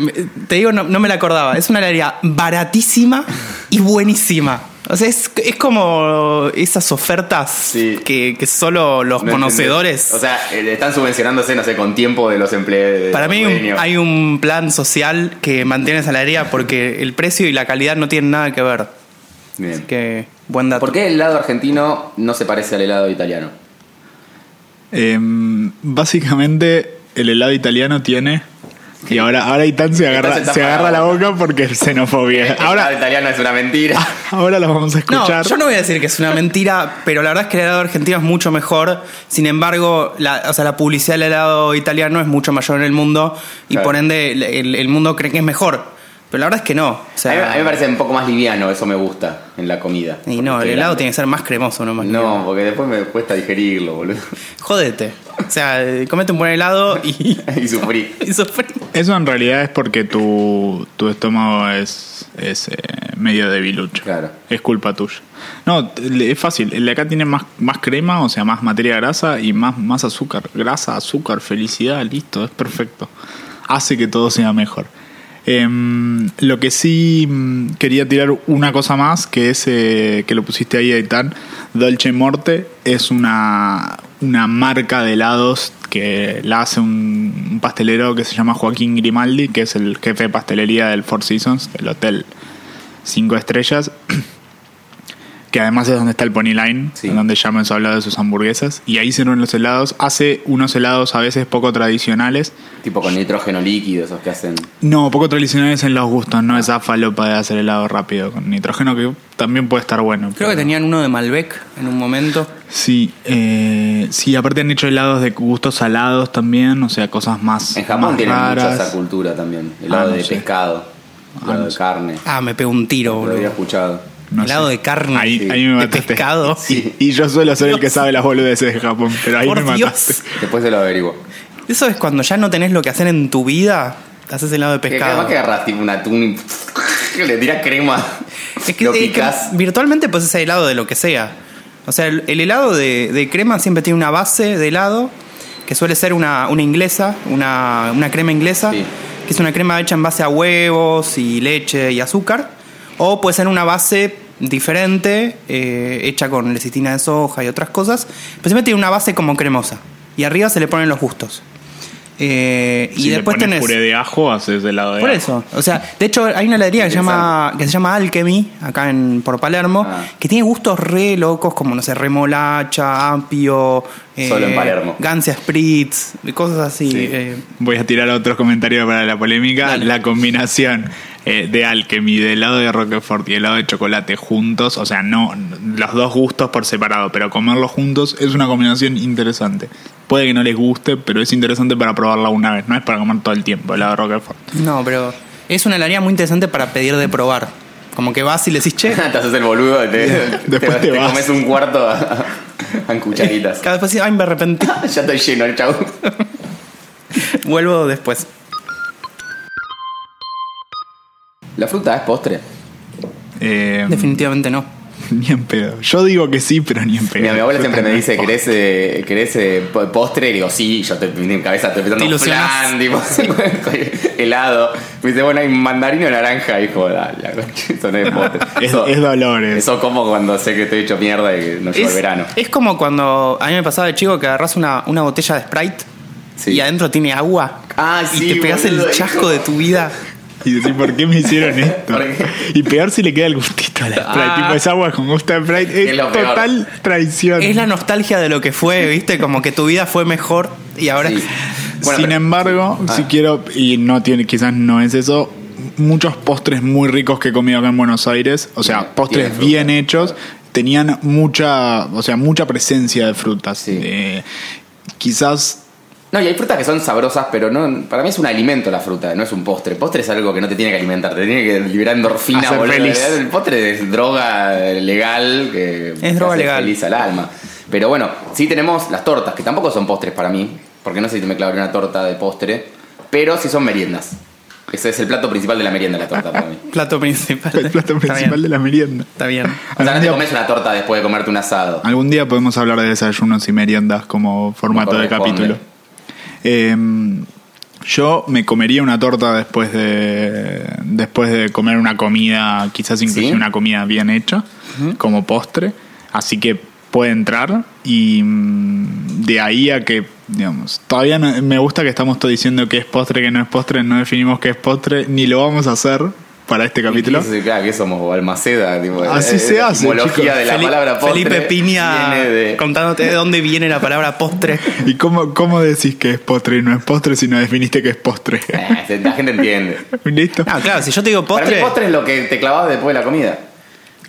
S2: te digo, no, no me la acordaba, es una heladería baratísima y buenísima. O sea, es, es como esas ofertas
S1: Sí.
S2: que, que solo los
S1: No
S2: conocedores...
S1: entendés. O sea, eh, están subvencionándose, no sé, con tiempo de los empleados.
S2: Para mí hay un, hay un plan social que mantiene esa heladería porque el precio y la calidad no tienen nada que ver. Así que, buen dato.
S1: ¿Por qué el helado argentino no se parece al helado italiano?
S3: Em, básicamente, el helado italiano tiene. Y ahora, ahora Itán se
S1: se
S3: agarra,
S1: tapa
S3: se
S1: la
S3: agarra la boca porque es
S1: Ahora,
S3: xenofobia.
S1: el
S3: Ahora,
S1: helado italiano es una mentira.
S3: ahora los vamos a
S2: Eh, No,
S3: escuchar.
S2: yo no voy a decir que es una mentira, pero la verdad es que el helado argentino es mucho mejor. Sin embargo, la, o sea, la publicidad del helado italiano es mucho mayor en el mundo y
S1: Claro.
S2: por ende el, el- el mundo cree que es mejor. Pero la verdad es que no. O sea,
S1: a, mí, a mí me parece un poco más liviano, eso me gusta en la comida.
S2: y no, el
S1: Porque
S2: helado
S1: la-
S2: tiene que ser más cremoso, no más.
S1: No, porque después me cuesta digerirlo, boludo.
S2: Jódete. O sea, eh, comete un buen helado y,
S1: y sufrí.
S2: y sufrí.
S3: Eso en realidad es porque tu, tu estómago es, es eh, medio debilucho.
S1: Claro.
S3: Es culpa tuya. No, t- le- es fácil. El de acá tiene más, más crema, o sea, más materia grasa y más, más azúcar. Grasa, azúcar, felicidad, listo, es perfecto. Hace que todo sea mejor. Em, lo que sí mm, quería tirar una cosa más, que es eh, que lo pusiste ahí, Aitán. Dolce Morte es una, una marca de helados que la hace un, un pastelero que se llama Joaquín Grimaldi, que es el jefe de pastelería del Four Seasons, del hotel cinco estrellas, que además es donde está el Pony Line,
S1: Sí.
S3: en donde ya hemos hablado de sus hamburguesas, y ahí sirven los helados, hace unos helados a veces poco tradicionales,
S1: Tipo con nitrógeno líquido, esos que hacen.
S3: no, poco tradicionales en los gustos,
S1: Ah.
S3: no esa falopa de hacer helado rápido con nitrógeno, que también puede estar bueno.
S2: Creo que
S3: pero-
S2: tenían uno de Malbec en un momento.
S3: Sí, eh, sí, aparte han hecho helados de gustos salados también, o sea, cosas más,
S1: En Japón
S3: más
S1: tienen mucha
S3: raras.
S1: esa cultura también. Helado
S3: Ah, no
S1: de
S3: sé.
S1: pescado, helado de carne.
S2: Ah, me pegó un tiro,
S1: Lo había
S2: boludo.
S1: escuchado.
S3: No
S2: helado
S3: sé.
S2: de carne,
S3: Ahí-
S2: de,
S3: ahí me mataste.
S2: pescado.
S3: Y yo suelo ser el que sabe las boludeces de Japón, pero ahí
S2: Por
S3: me
S2: Dios.
S3: mataste.
S1: Después se lo averiguo.
S2: Eso es cuando ya no tenés lo que hacer en tu vida, haces helado de
S1: Que además
S2: pescado.
S1: que agarras tipo un atún y le tiras crema.
S2: es que,
S1: lo
S2: es que
S1: picás.
S2: virtualmente puedes hacer helado de lo que sea. O sea, el, el helado de, de crema siempre tiene una base de helado, que suele ser una, una inglesa, una, una crema inglesa,
S1: Sí.
S2: que es una crema hecha en base a huevos y leche y azúcar. O puede ser una base diferente, eh, hecha con lecitina de soja y otras cosas. Pero siempre tiene una base como cremosa. Y arriba se le ponen los gustos. Eh, y
S3: Si le
S2: después
S3: pones
S2: tenés.
S3: puré de ajo, haces helado de
S2: Por
S3: ajo.
S2: eso. O sea, de hecho, hay una heladería que se llama, que se llama Alchemy, acá en, por Palermo,
S1: Ah.
S2: que tiene gustos re locos, como, no sé, remolacha, apio.
S1: Solo en Palermo.
S2: Gancia Spritz, cosas así. eh.
S3: Voy a tirar otros comentarios para la polémica. La combinación eh, de Alchemy, de helado de Roquefort y helado de chocolate juntos, o sea, no los dos gustos por separado, pero comerlos juntos es una combinación interesante. Puede que no les guste, pero es interesante para probarla una vez, no es para comer todo el tiempo helado de Roquefort.
S2: No, pero es una heladería muy interesante para pedir de probar. Como que vas y le decís, che,
S1: te haces el boludo y te,
S3: Después te vas.
S1: comes un cuarto a, a- en cucharitas.
S2: cada vez ay, me arrepentí.
S1: ya estoy lleno, chau.
S2: Vuelvo después.
S1: La fruta es postre.
S3: Eh,
S2: Definitivamente no.
S3: ni en pedo. Yo digo que sí, pero ni en pedo.
S1: Mira, mi abuela siempre me dice, ¿querés, eh, querés, eh, po- postre? Y digo, sí, yo te, en mi cabeza estoy
S2: Te
S1: pensando
S2: ilusionás.
S1: flan, tipo, helado. Me dice, bueno, hay mandarino naranja. Y digo, dale, la concha, eso no es postre.
S3: Es, es Dolores.
S1: Eso como cuando sé que estoy hecho mierda y que no llegó el verano.
S2: es como cuando a mí me pasaba de chico que agarras una, una botella de Sprite
S1: Sí.
S2: y adentro tiene agua
S1: Ah,
S2: y
S1: sí,
S2: te pegas
S1: boludo,
S2: el
S1: es
S2: chasco
S1: como-
S2: de tu vida.
S3: Y decir, ¿por qué me hicieron esto?
S1: ¿Por qué?
S3: Y peor si le queda el gustito a la Sprite.
S2: Ah.
S3: Tipo, es agua con gusto de Sprite. Es,
S1: Es lo peor.
S3: total traición.
S2: Es la nostalgia de lo que fue, ¿viste? Como que tu vida fue mejor y ahora...
S1: Sí. Bueno,
S3: Sin
S1: pero- Ah.
S3: embargo, si quiero, y no tiene, quizás no es eso, muchos postres muy ricos que he comido acá en Buenos Aires, o sea,
S1: Tiene-
S3: postres
S1: tiene fruta.
S3: bien hechos, tenían mucha, o sea, mucha presencia de frutas.
S1: Sí.
S3: Eh, quizás
S1: No, y hay frutas que son sabrosas, pero no para mí es un alimento la fruta, no es un postre. Postre es algo que no te tiene que alimentar, te tiene que liberar endorfina,
S3: Hacer
S1: boludo.
S3: feliz.
S1: El postre es droga legal que
S2: Es droga
S1: hace
S2: legal.
S1: feliz al alma. Pero bueno, sí tenemos las tortas, que tampoco son postres para mí, porque no sé si me clavaré una torta de postre, pero sí son meriendas. Ese es el plato principal de la merienda, la torta para mí.
S2: Plato principal.
S3: el
S2: Está
S3: plato
S2: bien,
S3: principal de la merienda.
S2: Está bien.
S1: O sea, no
S3: Algún
S1: te
S3: día-
S1: comes una torta después de comerte un asado.
S3: Algún día podemos hablar de desayunos y meriendas como formato de
S1: corresponde.
S3: capítulo. Em, yo me comería una torta después de después de comer una comida, quizás inclusive
S1: ¿Sí?
S3: una comida bien hecha, como postre. Así que puede entrar y mm, de ahí a que, digamos, todavía no- me gusta que estamos todos diciendo que es postre, que no es postre, no definimos qué es postre, ni lo vamos a hacer para este capítulo.
S1: Sí, claro, que somos Almaceda. Tipo,
S3: Así
S1: eh,
S3: se
S1: la
S3: hace,
S1: etimología
S3: chicos.
S1: de la
S2: Felipe,
S1: palabra postre.
S2: Felipe Piña
S1: viene de-
S2: contándote de dónde viene la palabra postre.
S3: ¿Y cómo, cómo decís que es postre y no es postre si no definiste que es postre?
S1: Eh, la gente entiende.
S3: ¿Listo?
S2: Ah, claro, si yo te digo
S1: Para mí
S2: postre,
S1: postre es lo que te clavabas después de la comida.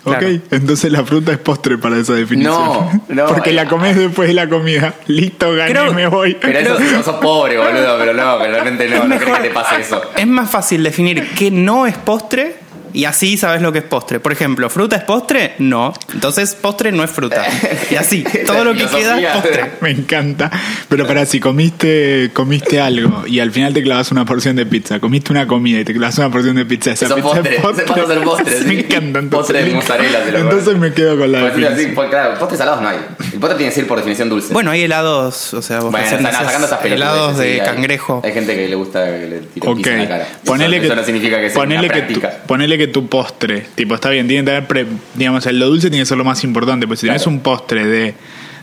S3: Ok,
S2: claro.
S3: entonces la fruta es postre para esa definición.
S1: No, no. eh,
S3: Porque la comes después de la comida. Listo, gané,
S2: Creo-
S3: me voy.
S1: Pero eso sos, sos pobre, boludo, pero no, pero realmente no, no
S2: mejor.
S1: crees que te pase eso.
S2: es más fácil definir qué no es postre y así sabes lo que es postre. Por ejemplo, ¿fruta es postre? No. Entonces, postre no es fruta. Y así, todo lo que queda es postre.
S3: Me encanta. Pero para si comiste comiste algo y al final te clavas una porción de pizza, comiste una comida y te clavas una porción de pizza, esa
S1: Eso es
S3: pizza
S1: postre,
S3: es
S1: eso
S3: postre.
S1: pasa a ser postre,
S3: Me
S1: sí.
S3: encanta. Entonces,
S1: Postre de mozzarella, te lo
S3: Entonces
S1: cobran.
S3: me quedo con la
S1: Pues, sí,
S3: definición.
S1: sí, pues, claro, postres salados no hay. El postre tiene que ser por definición dulce.
S2: Bueno, hay helados, o sea, vos
S1: Bueno,
S2: hacer
S1: están sacando esas pelotudeces,
S2: helados
S1: sí,
S2: de
S1: hay-
S2: cangrejo.
S1: Hay gente que le gusta que le tire
S3: Ok,
S1: pizza en la cara. Eso-
S3: ponele,
S1: eso,
S3: que,
S1: no significa que sea
S3: ponele
S1: una
S3: que tu,
S1: práctica.
S3: ponele que tu postre, tipo, está bien, tiene que tener, pre- digamos, lo dulce tiene que ser lo más importante, pues si tenés
S1: Claro.
S3: un postre de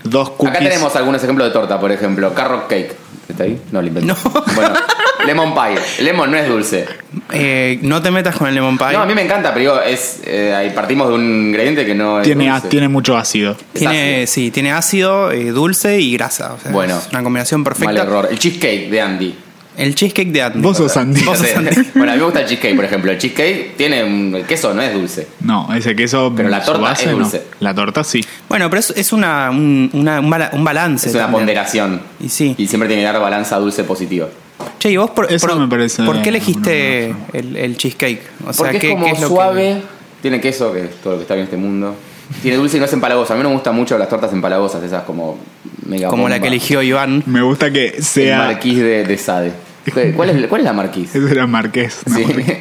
S3: dos cookies...
S1: Acá tenemos algunos ejemplos de torta, por ejemplo, carrot cake. ¿Está ahí? No, lo inventé.
S2: No.
S1: Bueno, lemon pie. Lemon no es dulce.
S2: Eh, no te metas con el lemon pie.
S1: No, a mí me encanta, pero digo, es, eh, ahí partimos de un ingrediente que no es
S3: tiene,
S1: dulce.
S3: tiene mucho ácido.
S1: es
S2: tiene, sí, tiene ácido, eh, dulce y grasa. o sea,
S1: Bueno.
S2: es una combinación
S1: Mal
S2: perfecta.
S1: error. El cheesecake de Andy.
S2: El cheesecake de Andy.
S3: Vos sos Andy.
S2: Vos-
S1: No sé.
S2: sos Andy.
S1: Bueno, a mí me gusta el cheesecake, por ejemplo. El cheesecake tiene un- el queso, no es dulce.
S3: No, ese queso...
S1: Pero la
S3: su
S1: torta es
S3: no.
S1: dulce.
S3: La torta sí.
S2: Bueno, pero es, es una, un, una- un bala- un balance.
S1: Es una
S2: también.
S1: ponderación.
S2: Y sí.
S1: Y siempre tiene que dar balanza dulce positiva.
S2: Che, y vos por,
S3: Eso
S2: por-
S3: me parece
S2: ¿por qué
S3: una
S2: elegiste el, el cheesecake? O sea,
S1: Porque
S2: ¿qué,
S1: es como
S2: qué es lo que-
S1: suave, tiene queso, que es todo lo que está bien en este mundo. Tiene dulce y no es empalagosa. A mí no me gustan mucho las tortas empalagosas, esas como mega
S2: como la
S1: bomba.
S2: que eligió Iván.
S3: Me gusta que
S1: El
S3: sea...
S1: marquís de, de Sade. ¿Cuál es, cuál es la marquís?
S3: Eso era marqués. no,
S1: Sí.
S3: marqués.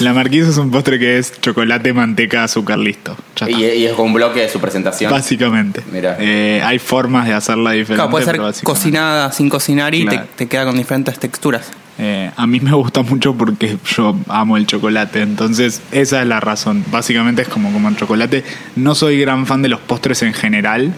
S3: La marqués es un postre que es chocolate, manteca, azúcar, listo. Ya está.
S1: Y, y es con un bloque de su presentación.
S3: Básicamente.
S1: Mirá.
S3: Eh, hay formas de hacerla diferente.
S2: Claro, puede ser
S3: pero básicamente-
S2: cocinada sin cocinar y
S3: Claro.
S2: te, te queda con diferentes texturas.
S3: Eh, a mí me gusta mucho porque yo amo el chocolate, entonces esa es la razón. Básicamente es como como el chocolate. No soy gran fan de los postres en general,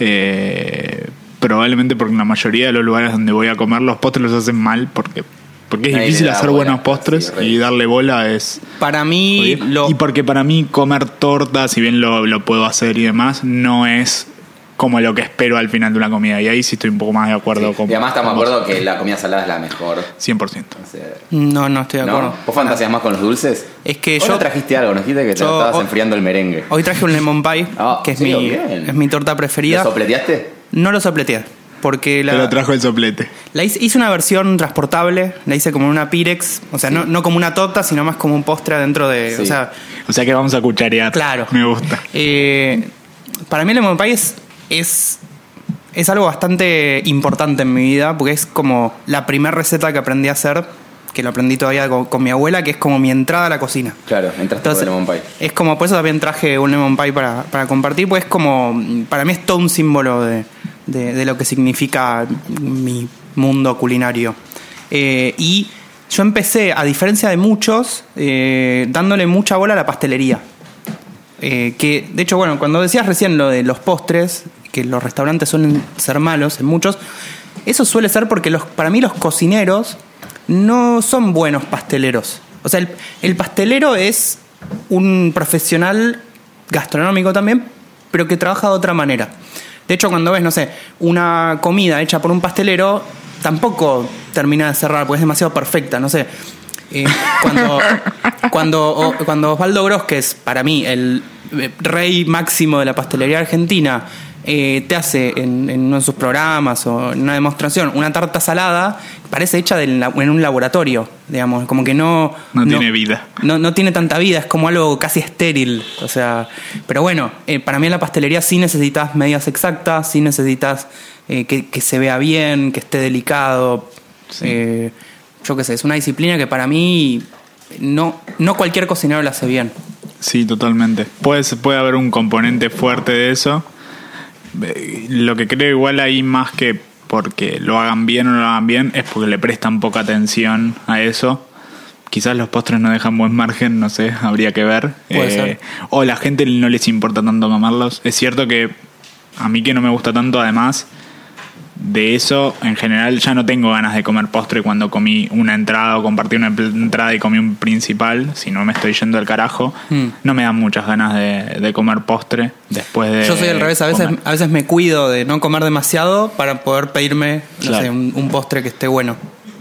S3: eh, probablemente porque en la mayoría de los lugares donde voy a comer los postres los hacen mal porque, porque es
S1: Nadie le
S3: difícil
S1: da
S3: hacer
S1: bola,
S3: buenos postres
S1: sí, re.
S3: y darle bola es...
S2: Para mí, lo,
S3: Y porque para mí comer torta, si bien lo, lo puedo hacer y demás, no es como lo que espero al final de una comida. Y ahí sí estoy un poco más de acuerdo con...
S1: y además estamos de
S3: con vos.
S1: acuerdo que la comida salada es la mejor.
S3: 100%.
S1: O sea,
S2: no, no estoy de
S1: ¿no?
S2: acuerdo.
S1: ¿Vos fantasías más con los dulces?
S2: Es que
S1: Vos
S2: yo-
S1: no trajiste algo, nos dijiste que te
S2: Yo-
S1: estabas
S2: hoy-
S1: enfriando el merengue.
S2: Hoy traje un lemon pie,
S1: Ah,
S2: que es,
S1: sí,
S2: mi,
S1: bien.
S2: es mi torta preferida.
S1: ¿Lo sopleteaste?
S2: No lo sopleteé, porque la,
S3: Te lo trajo el soplete.
S2: la hice, hice una versión transportable, la hice como una Pirex, o sea, no, no como una torta, sino más como un postre adentro de...
S1: Sí.
S2: O sea,
S3: O sea que vamos a cucharear.
S2: Claro.
S3: Me gusta.
S2: Eh, para mí el lemon pie es, es, es algo bastante importante en mi vida, porque es como la primera receta que aprendí a hacer, que lo aprendí todavía con, con mi abuela, que es como mi entrada a la cocina.
S1: Claro, entraste
S2: Entonces,
S1: por el lemon pie.
S2: es como, por eso también traje un lemon pie para, para compartir, pues es como, para mí es todo un símbolo de, de- de lo que significa mi mundo culinario. Eh, y yo empecé, a diferencia de muchos, eh, dándole mucha bola a la pastelería. Eh, que, de hecho, bueno, cuando decías recién lo de los postres, que los restaurantes suelen ser malos en muchos, eso suele ser porque los, para mí los cocineros no son buenos pasteleros. O sea, el, el pastelero es un profesional gastronómico también, pero que trabaja de otra manera. De hecho, cuando ves, no sé, una comida hecha por un pastelero, tampoco termina de cerrar, porque es demasiado perfecta, no sé. Eh, cuando, cuando, o- cuando Osvaldo Gross, que es para mí el eh, rey máximo de la pastelería argentina, eh, te hace en, en uno de sus programas o en una demostración una tarta salada, parece hecha del la- en un laboratorio, digamos, como que no...
S3: No tiene vida.
S2: No, no tiene tanta vida, es como algo casi estéril, o sea... Pero bueno, eh, para mí en la pastelería sí necesitas medidas exactas, sí necesitas eh, que, que se vea bien, que esté delicado, eh, yo qué sé, es una disciplina que para mí no, no cualquier cocinero la hace bien.
S3: Sí, totalmente. Puede, puede haber un componente fuerte de eso. Eh, Lo que creo igual ahí más que porque lo hagan bien o no lo hagan bien, es porque le prestan poca atención a eso. Quizás los postres no dejan buen margen, no sé, habría que ver. Eh,
S2: Puede ser.
S3: O la gente no les importa tanto mamarlos. Es cierto que a mí que no me gusta tanto, además, de eso, en general ya no tengo ganas de comer postre cuando comí una entrada o compartí una pl- entrada y comí un principal, si no me estoy yendo al carajo.
S2: Hmm.
S3: No me dan muchas ganas de, de comer postre después de...
S2: Yo soy al revés, a veces,
S3: comer.
S2: a veces me cuido de no comer demasiado para poder pedirme no
S3: Claro.
S2: sé, un, un postre que esté bueno.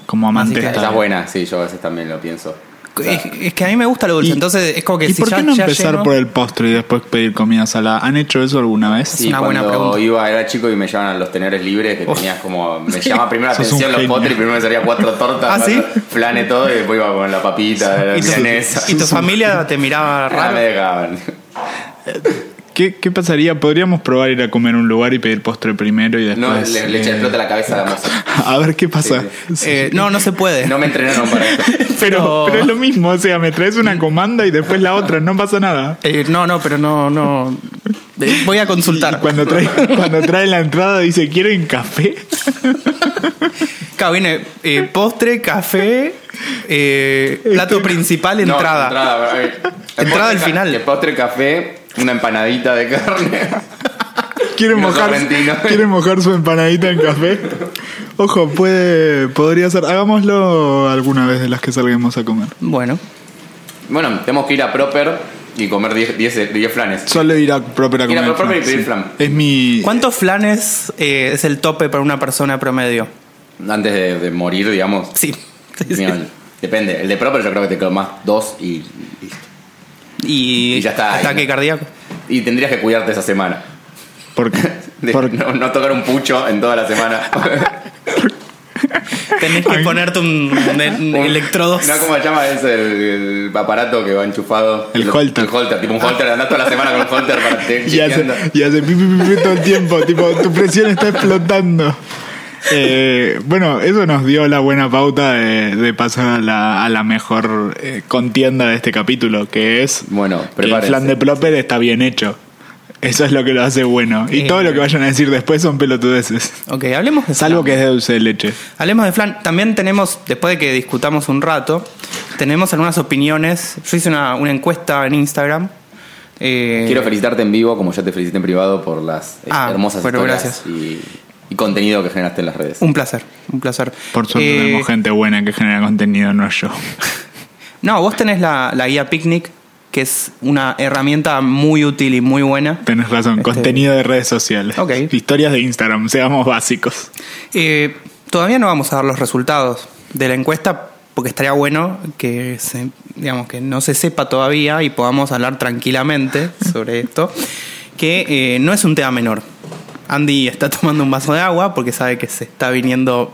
S3: Como
S2: Así
S3: amante
S2: que-
S3: está-
S1: Esa es buena, sí, yo a veces también lo pienso. O sea,
S2: Es, es que a mí me gusta lo dulce,
S3: ¿Y-
S2: entonces es como que
S3: ¿Y
S2: si
S3: por
S2: ya,
S3: qué no
S2: ya
S3: empezar
S2: lleno-
S3: por el postre y después pedir comida salada? ¿Han hecho eso alguna vez?
S1: Sí,
S2: una buena
S1: cuando
S2: pregunta.
S1: iba, era chico y me llevaban a los tenedores libres, que tenías como. Me llama primero la
S3: Sos un
S1: atención los
S3: genio.
S1: potres y primero me salía cuatro tortas,
S2: ¿Ah, sí?
S1: cuatro flanes, todo, y después iba con la papita, la
S2: y tu,
S1: milanesa.
S2: y tu familia te miraba
S1: Ah, me
S2: raro.
S1: dejaban.
S3: ¿Qué, qué pasaría? ¿Podríamos probar ir a comer a un lugar y pedir postre primero y después...
S1: No, le, le
S3: eh,
S1: explota la cabeza a la masa.
S3: A ver qué pasa.
S2: Eh, no, no se puede.
S1: No me entrenaron para eso.
S3: Pero, pero es lo mismo, o sea, me traes una comanda y después la otra, no pasa nada.
S2: Eh, no, no, pero no, no. Eh, Voy a
S3: Y
S2: consultar.
S3: Cuando trae, cuando trae la entrada dice, ¿quieren café?
S2: Acá viene eh, postre, café, eh,
S3: Este-
S2: plato principal,
S1: No,
S2: entrada.
S1: entrada, a ver.
S2: Entrada al
S1: Postre,
S2: final.
S1: ca- Postre, café, una empanadita de carne.
S3: ¿Quieren
S1: Los
S3: mojar,
S1: sorrentinos.
S3: ¿Quieren mojar su empanadita en café? Ojo, puede, podría ser. Hagámoslo alguna vez de las que salgamos a comer.
S2: Bueno,
S1: Bueno, tenemos que ir a Proper y comer 10 10 10 flanes.
S3: Solo ir a proper a
S1: Ir a
S3: comer.
S1: proper y pedir flan.
S3: Es mi.
S2: ¿cuántos flanes eh, es el tope para una persona promedio?
S1: Antes de, de morir, digamos.
S2: Sí. sí, sí.
S1: Mira, Depende. El de Proper yo creo que te quedan más dos y, y-
S2: Y,
S1: Y ya está.
S2: Ataque cardíaco.
S1: y tendrías que cuidarte esa semana.
S3: ¿Por qué?
S1: De
S3: ¿Por qué?
S1: no, no tocar un pucho en toda la semana.
S2: Tenés que
S3: Ay.
S2: ponerte un, un- electrodos.
S1: No, ¿cómo se llama? Es el, el aparato que va enchufado.
S3: El
S1: Lo-
S3: holter.
S1: El holter, tipo un holter. Andás toda la semana con un holter para te
S3: Y hace, y hace pi, pi, pi, pi todo el tiempo, tipo, tu presión está explotando. Eh, bueno, eso nos dio la buena pauta de, de pasar a la, a la mejor eh, contienda de este capítulo, que es
S1: Bueno,
S3: que el
S1: prepárense.
S3: flan de Plopper está bien hecho. Eso es lo que lo hace bueno. Y
S2: Eh.
S3: todo lo que vayan a decir después son pelotudeces.
S2: Ok, hablemos de
S3: Salvo que es de dulce de leche.
S2: Hablemos de flan. También tenemos, después de que discutamos un rato, tenemos algunas opiniones. Yo hice una, una encuesta en Instagram. Eh,
S1: Quiero felicitarte en vivo, como ya te felicité en privado, por las eh,
S2: Ah,
S1: hermosas
S2: bueno,
S1: historias
S2: gracias.
S1: Y, y contenido que generaste en las redes.
S2: Un placer, un placer.
S3: Por suerte
S2: Eh,
S3: tenemos gente buena que genera contenido, no yo.
S2: No, vos tenés la, la guía Picnic, que es una herramienta muy útil y muy buena.
S3: Tenés razón, contenido de redes sociales.
S2: Ok.
S3: Historias de Instagram, seamos básicos.
S2: Eh, todavía no vamos a dar los resultados de la encuesta porque estaría bueno que se- digamos que no se sepa todavía y podamos hablar tranquilamente sobre esto que eh, no es un tema menor Andy está tomando un vaso de agua porque sabe que se está viniendo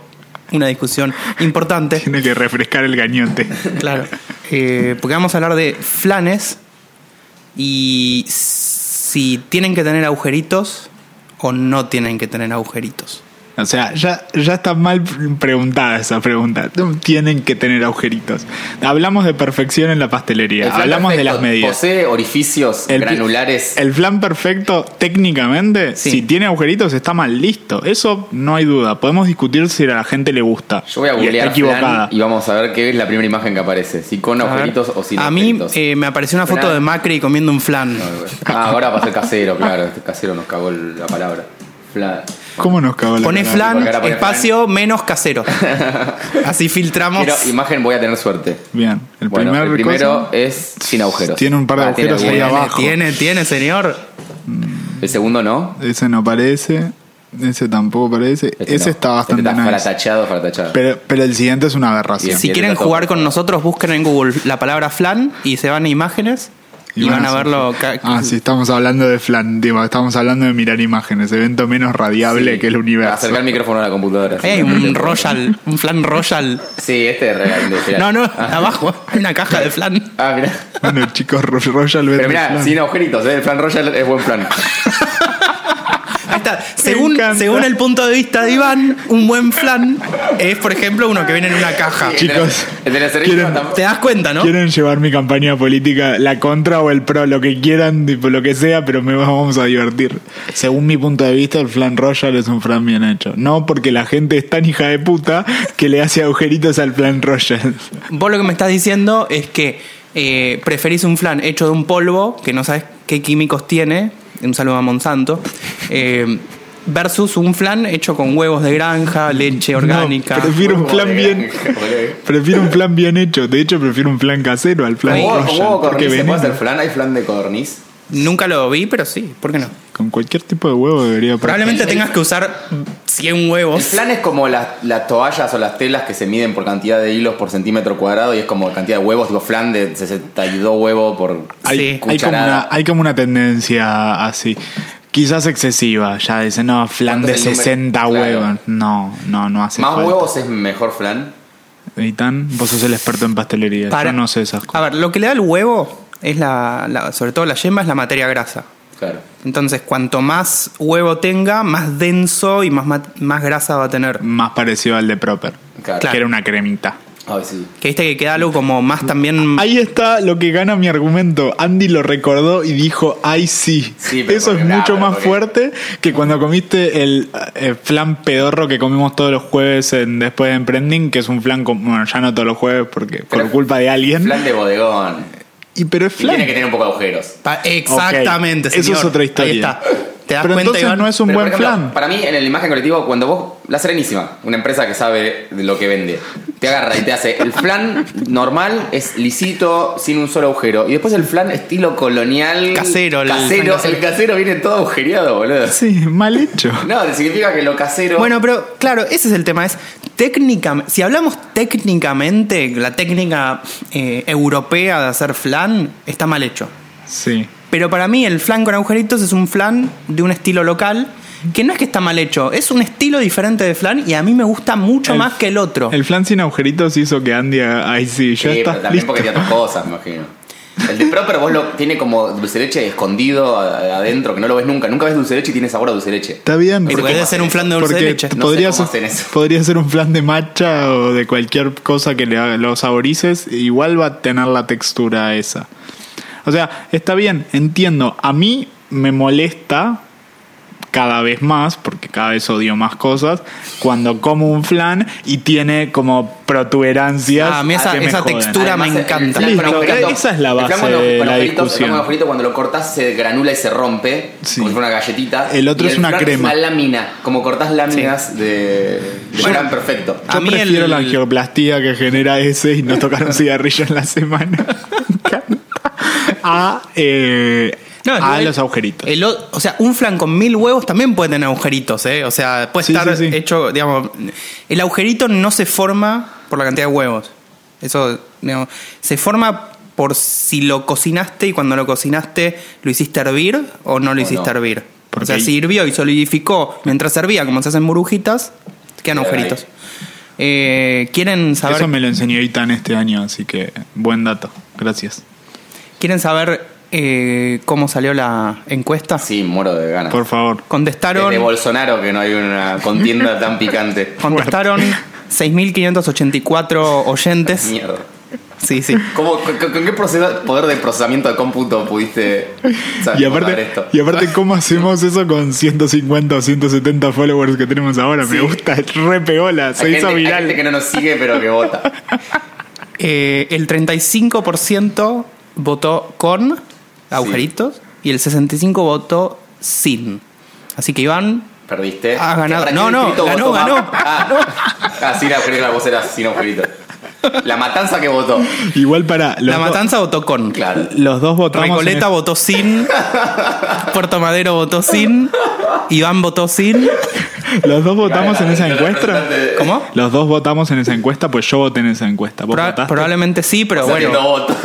S2: una discusión importante
S3: Tiene que refrescar el gañote.
S2: claro Eh, porque vamos a hablar de flanes y si tienen que tener agujeritos o no tienen que tener agujeritos
S3: O sea, ya, ya está mal preguntada esa pregunta. Tienen que tener agujeritos. Hablamos de perfección en la
S1: El
S3: pastelería,
S1: flan
S3: hablamos de
S1: perfecto
S3: las medidas.
S1: Posee orificios
S3: El-
S1: granulares.
S3: El flan perfecto, técnicamente,
S2: Sí.
S3: si tiene agujeritos, está mal listo. Eso no hay duda. Podemos discutir si a la gente le gusta.
S1: Yo voy a
S3: Y está
S1: googlear
S3: equivocada.
S1: flan y vamos a ver qué es la primera imagen que aparece. Si con
S2: A ver.
S1: agujeritos o sin
S2: A mí
S1: agujeritos.
S2: eh, me apareció una foto
S1: Flan.
S2: de Macri comiendo un flan.
S1: Ah, ahora pasa el casero, claro. Este casero nos cagó el- la palabra. Flan.
S3: ¿Cómo nos cagó la
S2: Pone
S3: cara?
S2: flan,
S1: porque ahora pone
S2: espacio, menos casero. Así filtramos.
S1: Quiero imagen, voy a tener suerte.
S3: Bien, el
S1: Bueno,
S3: primer
S1: el primero
S3: cosa-
S1: es sin agujeros. Ah,
S3: Tiene un par de
S1: tiene
S3: agujeros ahí
S1: algunos.
S2: Tiene,
S3: abajo.
S2: Eh, tiene, tiene, señor.
S1: El segundo no.
S3: Ese no parece. Ese tampoco parece.
S1: eh, Este
S3: ese
S1: no.
S3: está bastante
S1: Este está
S3: nice.
S1: para tachado, para tachado.
S3: Pero, pero el siguiente es una aberración.
S1: Bien.
S2: Si
S1: tiene
S2: quieren
S1: todo.
S2: jugar con nosotros, busquen en Google la palabra flan y se van a imágenes y, van a verlo. ca-
S3: Ah, sí, estamos hablando de flan, digo, estamos hablando de mirar imágenes, evento menos radiable
S1: Sí.
S3: que el universo.
S1: Acercar el micrófono a la computadora.
S2: Ahí hay un royal, un flan royal.
S1: Sí, este es real industrial.
S2: No, no,
S1: Ah,
S2: abajo hay una caja de flan.
S1: ah, mirá.
S3: Bueno, chicos, Ro- Royal vende
S1: Pero mirá,
S3: flan.
S1: sin agujeritos, ¿eh? el plan Royal es buen plan.
S2: Ahí está, sea, según,
S3: encanta.
S2: según el punto de vista de Iván, un buen flan es, por ejemplo, uno que viene en una caja.
S3: Chicos,
S1: El teleservicio
S3: quieren-
S1: tampoco-
S2: Te das cuenta, ¿no?
S3: Quieren llevar mi campaña política, la contra o el pro, lo que quieran, tipo lo que sea, pero me vamos a divertir. Según mi punto de vista, el flan royal es un flan bien hecho. No porque la gente es tan hija de puta que le hace agujeritos al flan royal.
S2: Vos lo que me estás diciendo es que eh, preferís un flan hecho de un polvo, que no sabes qué químicos tiene, un saludo a Monsanto, eh, versus un flan hecho con huevos de granja, leche orgánica.
S3: No, prefiero un plan bien.
S1: Joder.
S3: Prefiero un plan bien hecho. De hecho, prefiero un plan casero al plan
S1: Con huevo- con huevo
S3: royal. Porque
S1: codorniz se puede
S3: veneno.
S1: hacer flan, hay flan de codorniz.
S2: Nunca lo vi, pero sí, ¿por qué no?
S3: Con cualquier tipo de huevo debería
S2: Probablemente tengas que usar 100
S1: El
S2: huevos.
S1: flan es como las, las toallas o las telas que se miden por cantidad de hilos por centímetro cuadrado y es como cantidad de huevos, tipo flan de 62 huevos por
S3: Hay,
S2: Sí.
S3: hay como
S1: cucharada.
S3: una, hay como una tendencia así. Quizás excesiva, ya dicen, no, flan de
S1: ¿Cuánto es el
S3: 60
S1: número?
S3: huevos.
S1: Claro.
S3: No, no, no hace
S1: Más
S3: falta.
S1: huevos es mejor flan.
S3: Eitan, vos sos el experto en pastelería.
S2: Para-
S3: Yo no sé esas
S2: A
S3: cosas.
S2: ver, lo que le da el huevo es la, la- sobre todo la yema, es la materia grasa.
S1: Claro.
S2: Entonces, cuanto más huevo tenga, más denso y más, mat- más grasa va a tener.
S3: Más parecido al de Proper,
S1: Claro.
S3: que era una cremita.
S1: Ay, sí.
S2: Que viste que queda algo como más también.
S3: Ahí está lo que gana mi argumento. Andy lo recordó y dijo, ay sí.
S1: Sí, pero
S3: Eso es
S1: porque- nah,
S3: mucho
S1: pero
S3: más
S1: porque-
S3: fuerte que cuando comiste el, eh, flan pedorro que comimos todos los jueves en, después de Emprending, que es un flan, con- bueno, ya no todos los jueves porque por
S1: Pero-
S3: culpa de alguien.
S1: Flan de bodegón.
S3: Y pero es
S1: Y
S3: flan.
S1: tiene que tener un poco de agujeros.
S2: Pa- Exactamente,
S3: Ok, eso
S2: señor.
S3: es otra historia.
S2: Ahí está. ¿Te das
S3: Pero
S2: cuenta,
S3: entonces
S2: Iván?
S3: no es un
S1: Pero, por
S3: buen
S1: ejemplo,
S3: flan.
S1: Para mí, en el imagen colectiva, cuando vos, la Serenísima, una empresa que sabe de lo que vende, te agarra y te hace el flan normal, es lisito, sin un solo agujero. Y después el flan estilo colonial.
S2: Casero, el
S1: casero.
S2: flan
S1: El,
S2: casero.
S1: casero viene todo agujereado, boludo.
S3: Sí, mal hecho.
S1: No, significa que lo casero.
S2: Bueno, pero claro, ese es el tema. Es técnica. Si hablamos técnicamente, la técnica eh, europea de hacer flan está mal hecho.
S3: Sí.
S2: Pero para mí, el flan con agujeritos es un flan de un estilo local que no es que está mal hecho, es un estilo diferente de flan y a mí me gusta mucho
S3: El-
S2: más que el otro.
S3: El flan sin agujeritos hizo que Andy, haga, ay sí,
S1: Sí,
S3: ya
S1: pero
S3: está
S1: también
S3: listo.
S1: porque tiene otras cosas, me imagino. El de Proper vos lo tiene como dulce de leche escondido a- a- adentro, que no lo ves nunca. Nunca ves dulce de leche y tiene sabor a dulce de leche.
S3: Está bien,
S2: Porque
S3: porque-
S2: debe ser un flan de dulce de
S3: porque
S2: leche.
S3: t-
S1: No sé
S3: podría,
S1: cómo
S3: ser,
S1: hacen eso.
S3: podría ser un flan de matcha o de cualquier cosa que le haga- lo saborices, igual va a tener la textura esa. O sea, está bien, entiendo. A mí me molesta cada vez más, porque cada vez odio más cosas, cuando como un flan y tiene como protuberancias.
S2: Ah, a mí esa-
S3: que me
S2: esa
S3: joden.
S2: textura- Dura, me
S1: el
S2: encanta.
S1: flan con
S3: Listo, eh,
S1: agujerito-
S3: esa es la
S1: el
S3: base
S1: flan con los-
S3: de
S1: con
S3: la
S1: agujeritos, El flan
S3: discusión.
S1: con agujerito, cuando lo cortás se granula y se rompe,
S3: Sí.
S1: como si fuera una galletita.
S3: El otro
S1: Y
S3: es una
S1: flan
S3: crema.
S1: Es una lámina, como cortás láminas de, de flan perfecto. Ah,
S2: A
S3: Yo
S2: mí
S3: prefiero
S2: el-
S3: la angioplastía que genera ese y no tocar un cigarrillo en la semana. a eh,
S2: No,
S3: a
S2: el-
S3: los agujeritos.
S2: el o o sea, un flan con mil huevos también puede tener agujeritos, ¿eh? O sea, puede
S3: Sí,
S2: estar
S3: sí, sí.
S2: hecho, digamos, el agujerito no se forma por la cantidad de huevos. Eso, digamos, se forma por si lo cocinaste y cuando lo cocinaste lo hiciste hervir o no lo hiciste
S1: no.
S2: hervir.
S3: Porque
S2: o sea,
S3: ahí-
S2: si hirvió y solidificó mientras hervía, como se hacen burbujitas, quedan
S1: Quedan
S2: agujeritos. Eh, ¿Quieren saber
S3: Eso me lo enseñó Itan este año, así que buen dato. Gracias.
S2: ¿Quieren saber eh, cómo salió la encuesta?
S1: Sí, muero de
S2: Ah.
S1: ganas.
S3: Por favor.
S2: Contestaron.
S1: Desde Bolsonaro que no hay una contienda tan picante.
S2: Contestaron 6.584 oyentes.
S1: Mierda.
S2: Sí, sí.
S1: ¿Cómo, con, con- con qué procesa- poder de procesamiento de cómputo pudiste saber
S3: Y
S1: saber
S3: aparte,
S1: esto?
S3: y aparte, ¿cómo hacemos eso con 150 o 170 followers que tenemos ahora? Me gusta, re peola, se
S1: Hay
S3: hizo
S1: gente- hay
S3: viral.
S1: gente que no nos sigue pero que vota.
S2: Eh, el 35% votó con agujeritos y el 65% votó sin. Así que Iván,
S1: Perdiste.
S2: Has ganado.
S1: ¿Para qué
S2: No, no,
S1: distrito
S2: ganó,
S1: votó más?
S2: ganó.
S1: Ah, ah, sin agujerito, la vocera, sin agujerito. La matanza que votó.
S3: Igual para los,
S2: La
S3: dos-
S2: Matanza votó con.
S1: Claro.
S3: los dos votamos. en
S2: Recoleta
S3: el-
S2: votó sin. Puerto Madero votó sin. Iván votó sin.
S3: los dos votamos en esa
S1: El
S3: encuesta.
S1: representante-
S2: ¿Cómo?
S3: Los dos votamos en esa encuesta, pues yo voté en esa encuesta. ¿Vos
S2: Proba-
S3: votaste?
S2: probablemente sí, pero bueno.
S1: Saliendo votos.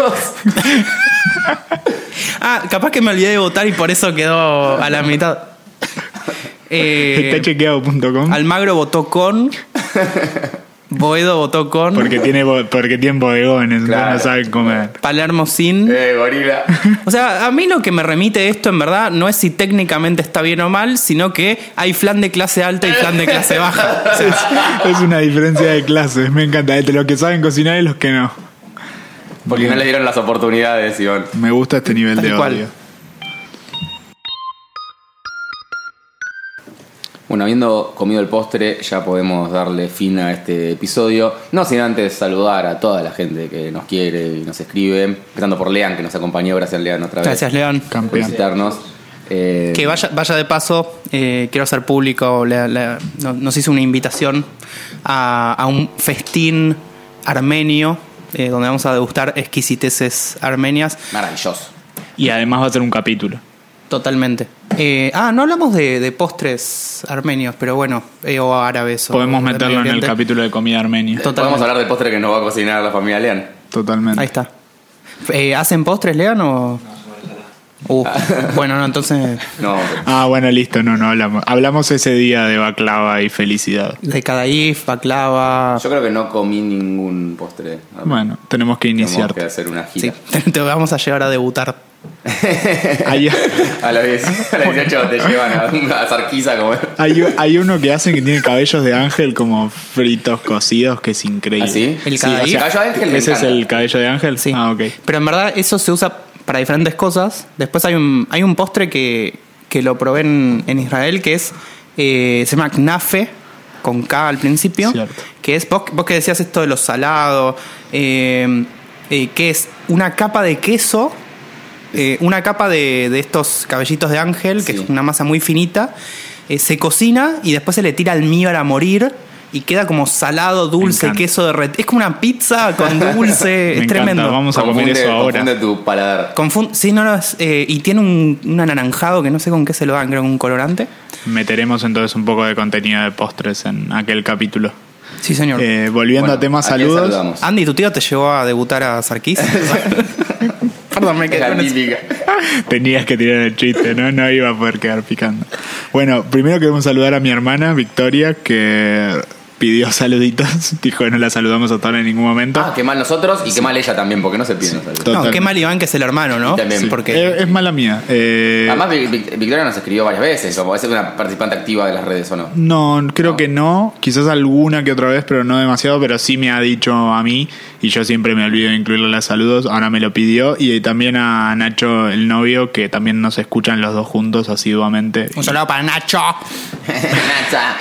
S2: Ah, capaz que me olvidé de votar y por eso quedó a la mitad. Eh,
S3: Eh, Está chequeado.com.
S2: Almagro votó con. Boedo votó con
S3: Porque tiene, bo- porque tiene bodegones, entonces
S1: Claro.
S3: no saben comer.
S2: Palermo sin.
S1: Eh, gorila.
S2: O sea, a mí lo que me remite esto en verdad no es si técnicamente está bien o mal, sino que hay flan de clase alta y flan de clase baja. O sea,
S3: Es una diferencia de clases, me encanta. Entre los que saben cocinar y los que no.
S1: Porque no le dieron las oportunidades, Iván.
S3: Me gusta este nivel
S2: Tal
S3: de
S2: cual.
S3: odio.
S1: Bueno, habiendo comido el postre, ya podemos darle fin a este episodio. No sin antes saludar a toda la gente que nos quiere y nos escribe. Empezando por Lean, que nos acompañó. Gracias, Lean, otra vez.
S2: Gracias, León.
S1: por
S3: Campeón.
S1: visitarnos. Eh,
S2: Que vaya, vaya de paso, eh, quiero hacer público, la- la- no- nos hizo una invitación a, a un festín armenio, eh, donde vamos a degustar exquisiteces armenias,
S1: Maravilloso.
S3: Y además va a ser un capítulo.
S2: totalmente. Eh, ah, no hablamos de, de postres armenios, pero bueno, eh, o árabes. o
S3: Podemos
S2: del
S3: meterlo en
S2: Medio
S3: el
S2: Oriente.
S3: capítulo de comida armenia.
S2: Totalmente.
S1: Podemos hablar del postre que nos va a cocinar la familia Lean.
S3: Totalmente.
S2: Ahí está. Eh, ¿Hacen postres, Lean? O... Uh, bueno, no, entonces
S1: No,
S3: Ah, bueno, listo, no, no hablamos. Hablamos ese día de baklava y felicidad.
S2: de Kadaif, Baklava.
S1: yo creo que no comí ningún postre.
S3: Bueno, tenemos que
S1: Tenemos
S3: iniciar.
S1: que hacer una
S2: Sí,
S1: gira.
S2: te, te vamos a llegar a debutar.
S3: Hay,
S1: A las 10, a las 18 te llevan a, a Sarquiza como
S3: hay, hay uno que hacen que tiene cabellos de ángel como fritos cocidos, que es increíble.
S1: ¿Ah, sí?
S2: El
S3: Sí,
S2: cabello-
S3: o sea,
S1: cabello de ángel me
S3: ¿Ese es
S1: encanta.
S3: el cabello de ángel?
S2: Sí.
S3: Ah, ok.
S2: Pero en verdad eso se usa para diferentes cosas. Después hay un, hay un postre que, que lo probé en, en Israel que es, eh, se llama knafe, con K al principio.
S3: Cierto.
S2: Que es, vos, vos que decías esto de lo salado, eh, eh, que es una capa de queso, eh, una capa de, de estos cabellitos de ángel, que
S1: Sí.
S2: es una masa muy finita, eh, se cocina y después se le tira almíbar a morir. Y queda como salado, dulce,
S3: encanta.
S2: queso derretido. Es como una pizza con dulce.
S3: Me
S2: Eh, es
S3: encanta,
S2: tremendo.
S3: Vamos a comer
S1: Confunde-
S3: eso ahora.
S1: Confunde tu paladar.
S2: Confun- sí, no, no, es, eh, y tiene un, un anaranjado que no sé con qué se lo dan, creo que un colorante.
S3: Meteremos entonces un poco de contenido de postres en aquel capítulo.
S2: Sí, señor.
S3: Eh, volviendo
S1: Bueno,
S3: a temas
S1: ¿a quién
S3: saludos. Ah,
S1: saludamos?
S2: Andy, tu tío te llevó a debutar a Sarkis. Perdón, me
S1: Es
S2: quedé
S1: la
S2: con eso.
S1: típica.
S3: ah. Tenías que tirar el chiste, ¿no? No iba a poder quedar picando. Bueno, primero queremos saludar a mi hermana, Victoria, que pidió saluditos. Dijo, no la saludamos a Tona en ningún momento.
S1: Ah, qué mal nosotros y qué mal ella también, porque no se piensa.
S2: No,
S3: Totalmente.
S2: qué mal Iván que es el hermano, ¿no?
S1: Y también.
S2: Sí,
S3: Eh,
S2: Porque
S3: es, mala mía. Eh,
S1: Además, Vic- Vic- Victoria nos escribió varias veces, como es una participante activa de las redes o no.
S3: no, creo
S1: No.
S3: que no. Quizás alguna que otra vez, pero no demasiado. Pero sí me ha dicho a mí, y yo siempre me olvido de incluirlo en los saludos. Ahora me lo pidió. Y también a Nacho, el novio, que también nos escuchan los dos juntos asiduamente.
S2: un saludo para Nacho.
S1: Nacha.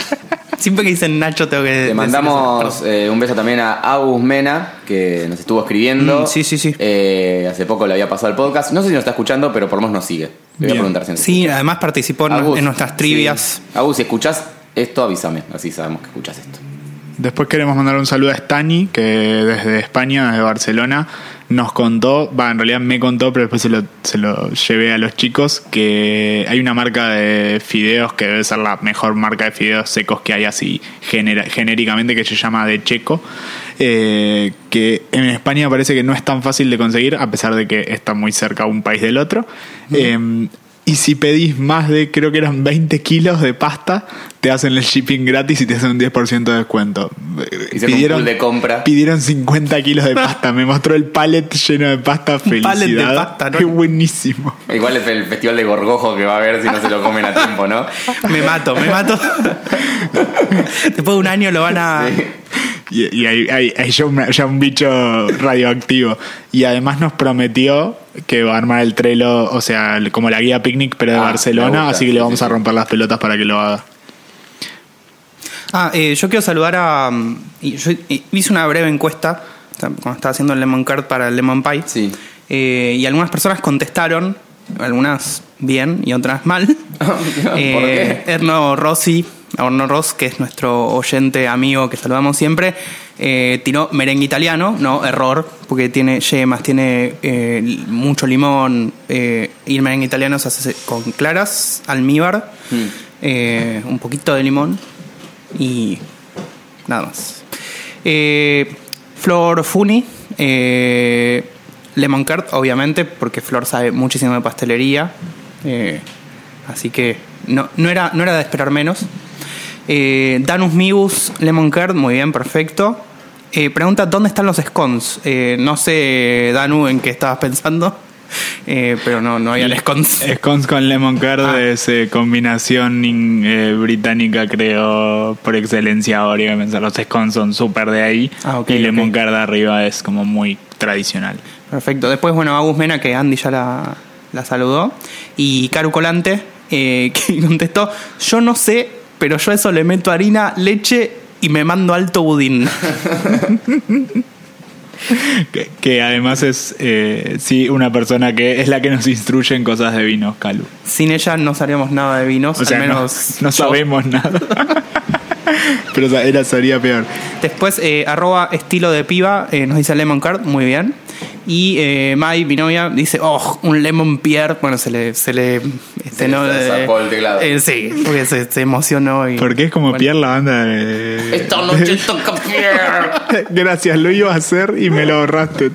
S2: Siempre que dicen Nacho tengo que
S1: Le
S2: decir eso.
S1: mandamos eh, un beso también a Agus Mena, que nos estuvo escribiendo.
S2: Mm, sí, sí, sí.
S1: Eh, hace poco le había pasado el podcast. No sé si nos está escuchando, pero por lo menos nos sigue. Le voy a
S3: Bien.
S1: preguntar si nos
S2: Sí, además participó en,
S1: Agus,
S2: en nuestras trivias.
S1: sí. Agus, si escuchás esto, avísame. Así sabemos que escuchás esto.
S3: Después queremos mandar un saludo a Stani, que desde España, desde Barcelona, nos contó, va, en realidad me contó, pero después se lo, se lo llevé a los chicos, que hay una marca de fideos que debe ser la mejor marca de fideos secos que hay así genera- genéricamente, que se llama De Checo, eh, que en España parece que no es tan fácil de conseguir, a pesar de que está muy cerca un país del otro. Em, y si pedís más de, creo que eran 20 kilos de pasta, te hacen el shipping gratis y te hacen un 10% de descuento.
S1: Hicieron un pool de compra.
S3: Pidieron 50 kilos de pasta. Me mostró el pallet lleno de pasta.
S2: Un
S3: Felicidad.
S2: pallet de pasta, ¿no?
S3: Qué buenísimo.
S1: Igual es el festival de gorgojo que va a haber si no se lo comen a tiempo, ¿no?
S2: Me mato, me mato. Después de un año lo van a.
S3: Y, y hay, hay- hay ya, un, ya un bicho radioactivo. Y además nos prometió que va a armar el Trello, o sea, el- como la guía picnic, pero de
S1: Ah, me
S3: Barcelona.
S1: gusta.
S3: así que
S1: Sí,
S3: le vamos
S1: sí,
S3: a
S1: sí.
S3: romper las pelotas para que lo haga.
S2: Ah, eh, yo quiero saludar a. mm, y Yo eh, hice una breve encuesta o sea, cuando estaba haciendo el Lemon Card para el Lemon Pie.
S1: Sí.
S2: Eh, y algunas personas contestaron, algunas bien y otras mal.
S1: ¿Por
S2: Eh, Erno Rossi, Erno Ross, que es nuestro oyente amigo que saludamos siempre, eh, tiró merengue italiano, no, error, porque tiene yemas, tiene eh, l- mucho limón, eh, y el merengue italiano se hace con claras, almíbar, eh, un poquito de limón y nada más. Eh, Flor Funi, eh, Lemon Card, obviamente, porque Flor sabe muchísimo de pastelería. eh, así que no, no, era, no era de esperar menos. Eh, Danus Mibus, Lemon Curd, muy bien, perfecto. Eh, pregunta, ¿dónde están los scones? Eh, no sé, Danu, en qué estabas pensando, eh, pero no, no había scones.
S3: Scones con lemon curd
S2: Ah.
S3: es eh, combinación in- eh, británica, creo, por excelencia ahora. iba a pensar, Los scones son súper de ahí.
S2: Ah, ok,
S3: y lemon
S2: ok.
S3: curd arriba es como muy tradicional.
S2: Perfecto. Después, bueno, Agus Mena, que Andy ya la, la saludó. Y Caru Colante, eh, que contestó, yo no sé, pero yo a eso le meto harina, leche y me mando alto budín.
S3: Que, que además es, eh, sí, una persona que es la que nos instruye en cosas de vinos, Calu.
S2: Sin ella no sabríamos nada de vinos,
S3: O sea,
S2: al
S3: no-
S2: menos...
S3: no,
S2: yo.
S3: sabemos nada. Pero o sea, era, sería peor.
S2: Después, eh, arroba estilo de piba, eh, nos dice Lemon Card, muy bien. Y eh, Mai, mi novia, dice, oh, un Lemon Pierre. Bueno, se le... Se le, este,
S1: le
S2: no,
S1: zafó el teclado.
S2: eh, sí, porque se, se emocionó. Y,
S3: Porque es como
S2: Bueno.
S3: Pierre la banda de...
S1: Esta noche toca Pierre.
S3: Gracias, lo iba a hacer y me lo ahorraste.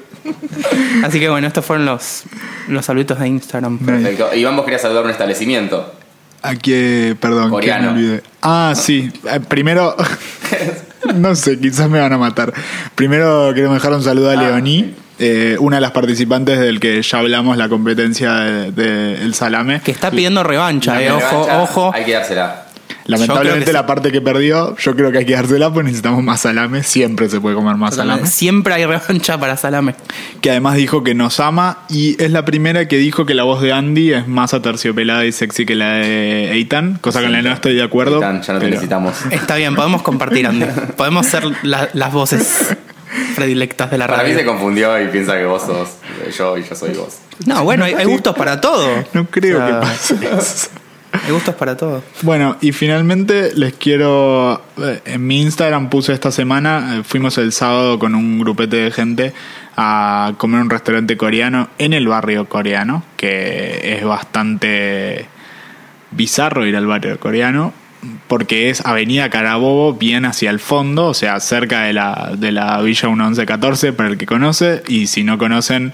S2: Así que bueno, estos fueron los, los saluditos de Instagram.
S1: Perfecto. Y vamos quería saludar un establecimiento.
S3: Aquí, eh, perdón, que me
S1: Coreano.
S3: olvidé. Ah, sí. Eh, Primero, no sé, quizás me van a matar. Primero queremos dejar un saludo a
S2: Ah,
S3: Leoní, eh, una de las participantes del que ya hablamos la competencia de, de El Salame.
S2: Que está pidiendo revancha, eh,
S1: La
S2: ojo,
S1: revancha,
S2: ojo.
S1: Hay que dársela.
S2: yo creo
S3: Lamentablemente
S2: que
S3: la
S2: sí.
S3: parte que perdió, yo creo que hay que dársela porque necesitamos más salame. Siempre se puede comer más salame.
S2: Siempre hay revancha para Salame.
S3: Que además dijo que nos ama y es la primera que dijo que la voz de Andy es más aterciopelada y sexy que la de Eitan, cosa con la que no estoy de acuerdo.
S1: Tan, ya no te
S3: pero-
S1: necesitamos.
S2: Está bien, podemos compartir, Andy. Podemos ser la- las voces predilectas de la
S1: Para mí se
S2: radio.
S1: confundió y piensa que vos sos yo y yo soy vos.
S2: No, bueno, hay, hay gustos para todo.
S3: No creo
S2: O sea,
S3: que pase eso.
S2: Hay gustos para todo.
S3: Bueno, y finalmente les quiero. eh, En mi Instagram puse esta semana, eh, fuimos el sábado con un grupete de gente a comer a un restaurante coreano en el barrio coreano, que es bastante bizarro ir al barrio coreano, porque es Avenida Carabobo, bien hacia el fondo, o sea, cerca de la, de la Villa 1114, para el que conoce, y si no conocen,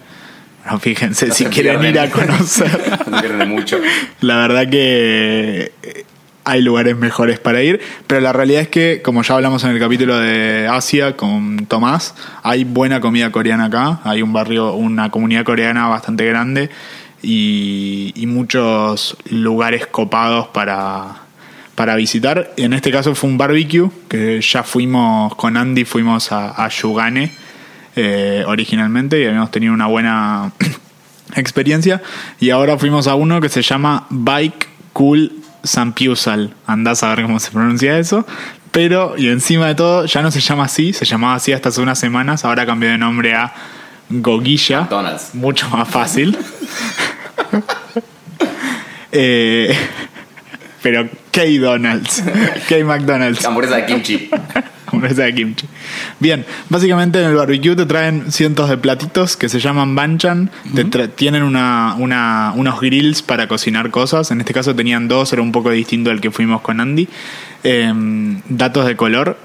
S3: bueno, fíjense
S1: No
S3: si
S1: se
S3: quieren ir a
S1: pierden.
S3: conocer.
S1: No pierden mucho.
S3: La verdad que eh, hay lugares mejores para ir, pero la realidad es que, como ya hablamos en el capítulo de Asia con Tomás, hay buena comida coreana acá, hay un barrio, una comunidad coreana bastante grande y, y muchos lugares copados para, para visitar. En este caso fue un barbecue, que ya fuimos con Andy, fuimos a, a Yugane eh, originalmente y habíamos tenido una buena experiencia. Y ahora fuimos a uno que se llama Bike Cool Sampiusal. Andás a ver cómo se pronuncia eso. Pero, y encima de todo, ya no se llama así, se llamaba así hasta hace unas semanas, ahora cambió de nombre a Goguilla.
S1: McDonald's.
S3: Mucho más fácil. Eh, pero K-Donald's, K-McDonald's.
S1: Hamburguesa de kimchi.
S3: Hamburguesa de kimchi. Bien, básicamente en el barbecue te traen cientos de platitos que se llaman banchan. Te tra- tienen una, una- unos grills para cocinar cosas. En este caso tenían dos, era un poco distinto al que fuimos con Andy. Em, datos de color.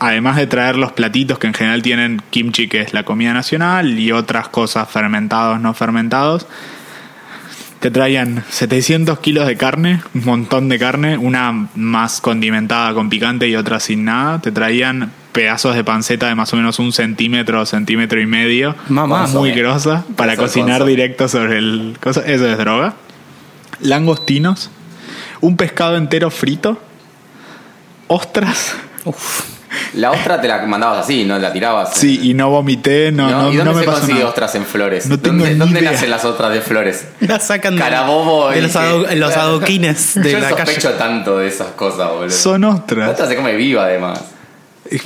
S3: Además de traer los platitos que en general tienen kimchi, que es la comida nacional, y otras cosas fermentados, no fermentados, te traían 700 kilos de carne, un montón de carne, una más condimentada con picante y otra sin nada. Te traían pedazos de panceta de más o menos un centímetro, centímetro y medio,
S2: Mamá.
S3: muy grosa, para
S1: Eso es
S3: cocinar
S1: consomé.
S3: directo sobre el... cosa- Eso es droga. Langostinos, un pescado entero frito, ostras.
S1: La ostra te la mandabas así, no la tirabas.
S3: Sí, y no vomité, no, no,
S1: ¿Y
S3: no,
S1: dónde
S3: me
S1: se
S3: pasó
S1: consigue
S3: nada.
S1: ostras en flores?
S3: No tengo
S1: ¿Dónde,
S3: ni
S1: dónde
S3: idea. Mm.
S1: nacen las ostras de flores?
S2: La sacan de,
S1: Carabobo
S2: de
S1: y
S2: los,
S1: que-
S2: ado- los adoquines de
S1: Yo
S2: la
S1: sospecho
S2: calle.
S1: tanto de esas cosas, boludo.
S3: Son
S1: La
S3: ostras.
S1: ostra se come viva, además.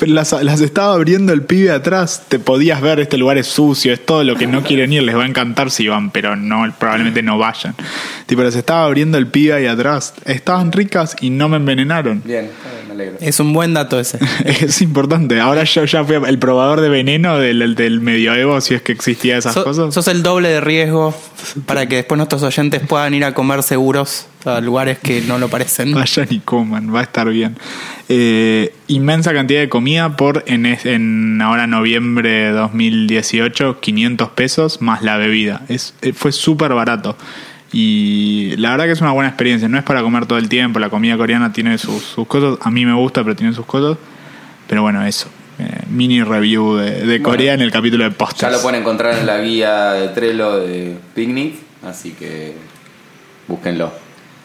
S3: Las, las estaba abriendo el pibe atrás. Te podías ver, este lugar es sucio, es todo lo que no quieren ir. Les va a encantar si van, pero no probablemente no vayan. Tipo, las estaba abriendo el pibe ahí atrás. Estaban ricas y no me envenenaron.
S1: Bien, está bien, me alegro.
S2: Es un buen dato ese.
S3: Es importante. Ahora yo ya fui el probador de veneno del, del medioevo, si es que existía esas
S2: So-
S3: cosas.
S2: Sos el doble de riesgo para que después nuestros oyentes puedan ir a comer seguros a lugares que no lo parecen.
S3: Vayan y coman, va a estar bien. Eh, inmensa cantidad de comida por en, es- en ahora noviembre de 2018, 500 pesos más la bebida. Es, eh, fue súper barato. Y la verdad que es una buena experiencia. No es para comer todo el tiempo. La comida coreana tiene sus, sus cosas. A mí me gusta, pero tiene sus cosas. Pero bueno, eso. Eh, mini review de, de Corea en el capítulo de postres.
S1: Ya lo pueden encontrar en la guía de Trello de Picnic, así que búsquenlo.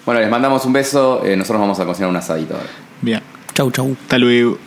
S1: Bueno, les mandamos un beso. eh, nosotros vamos a cocinar un asadito ahora.
S3: Bien.
S2: Chau, chau.
S3: Hasta luego.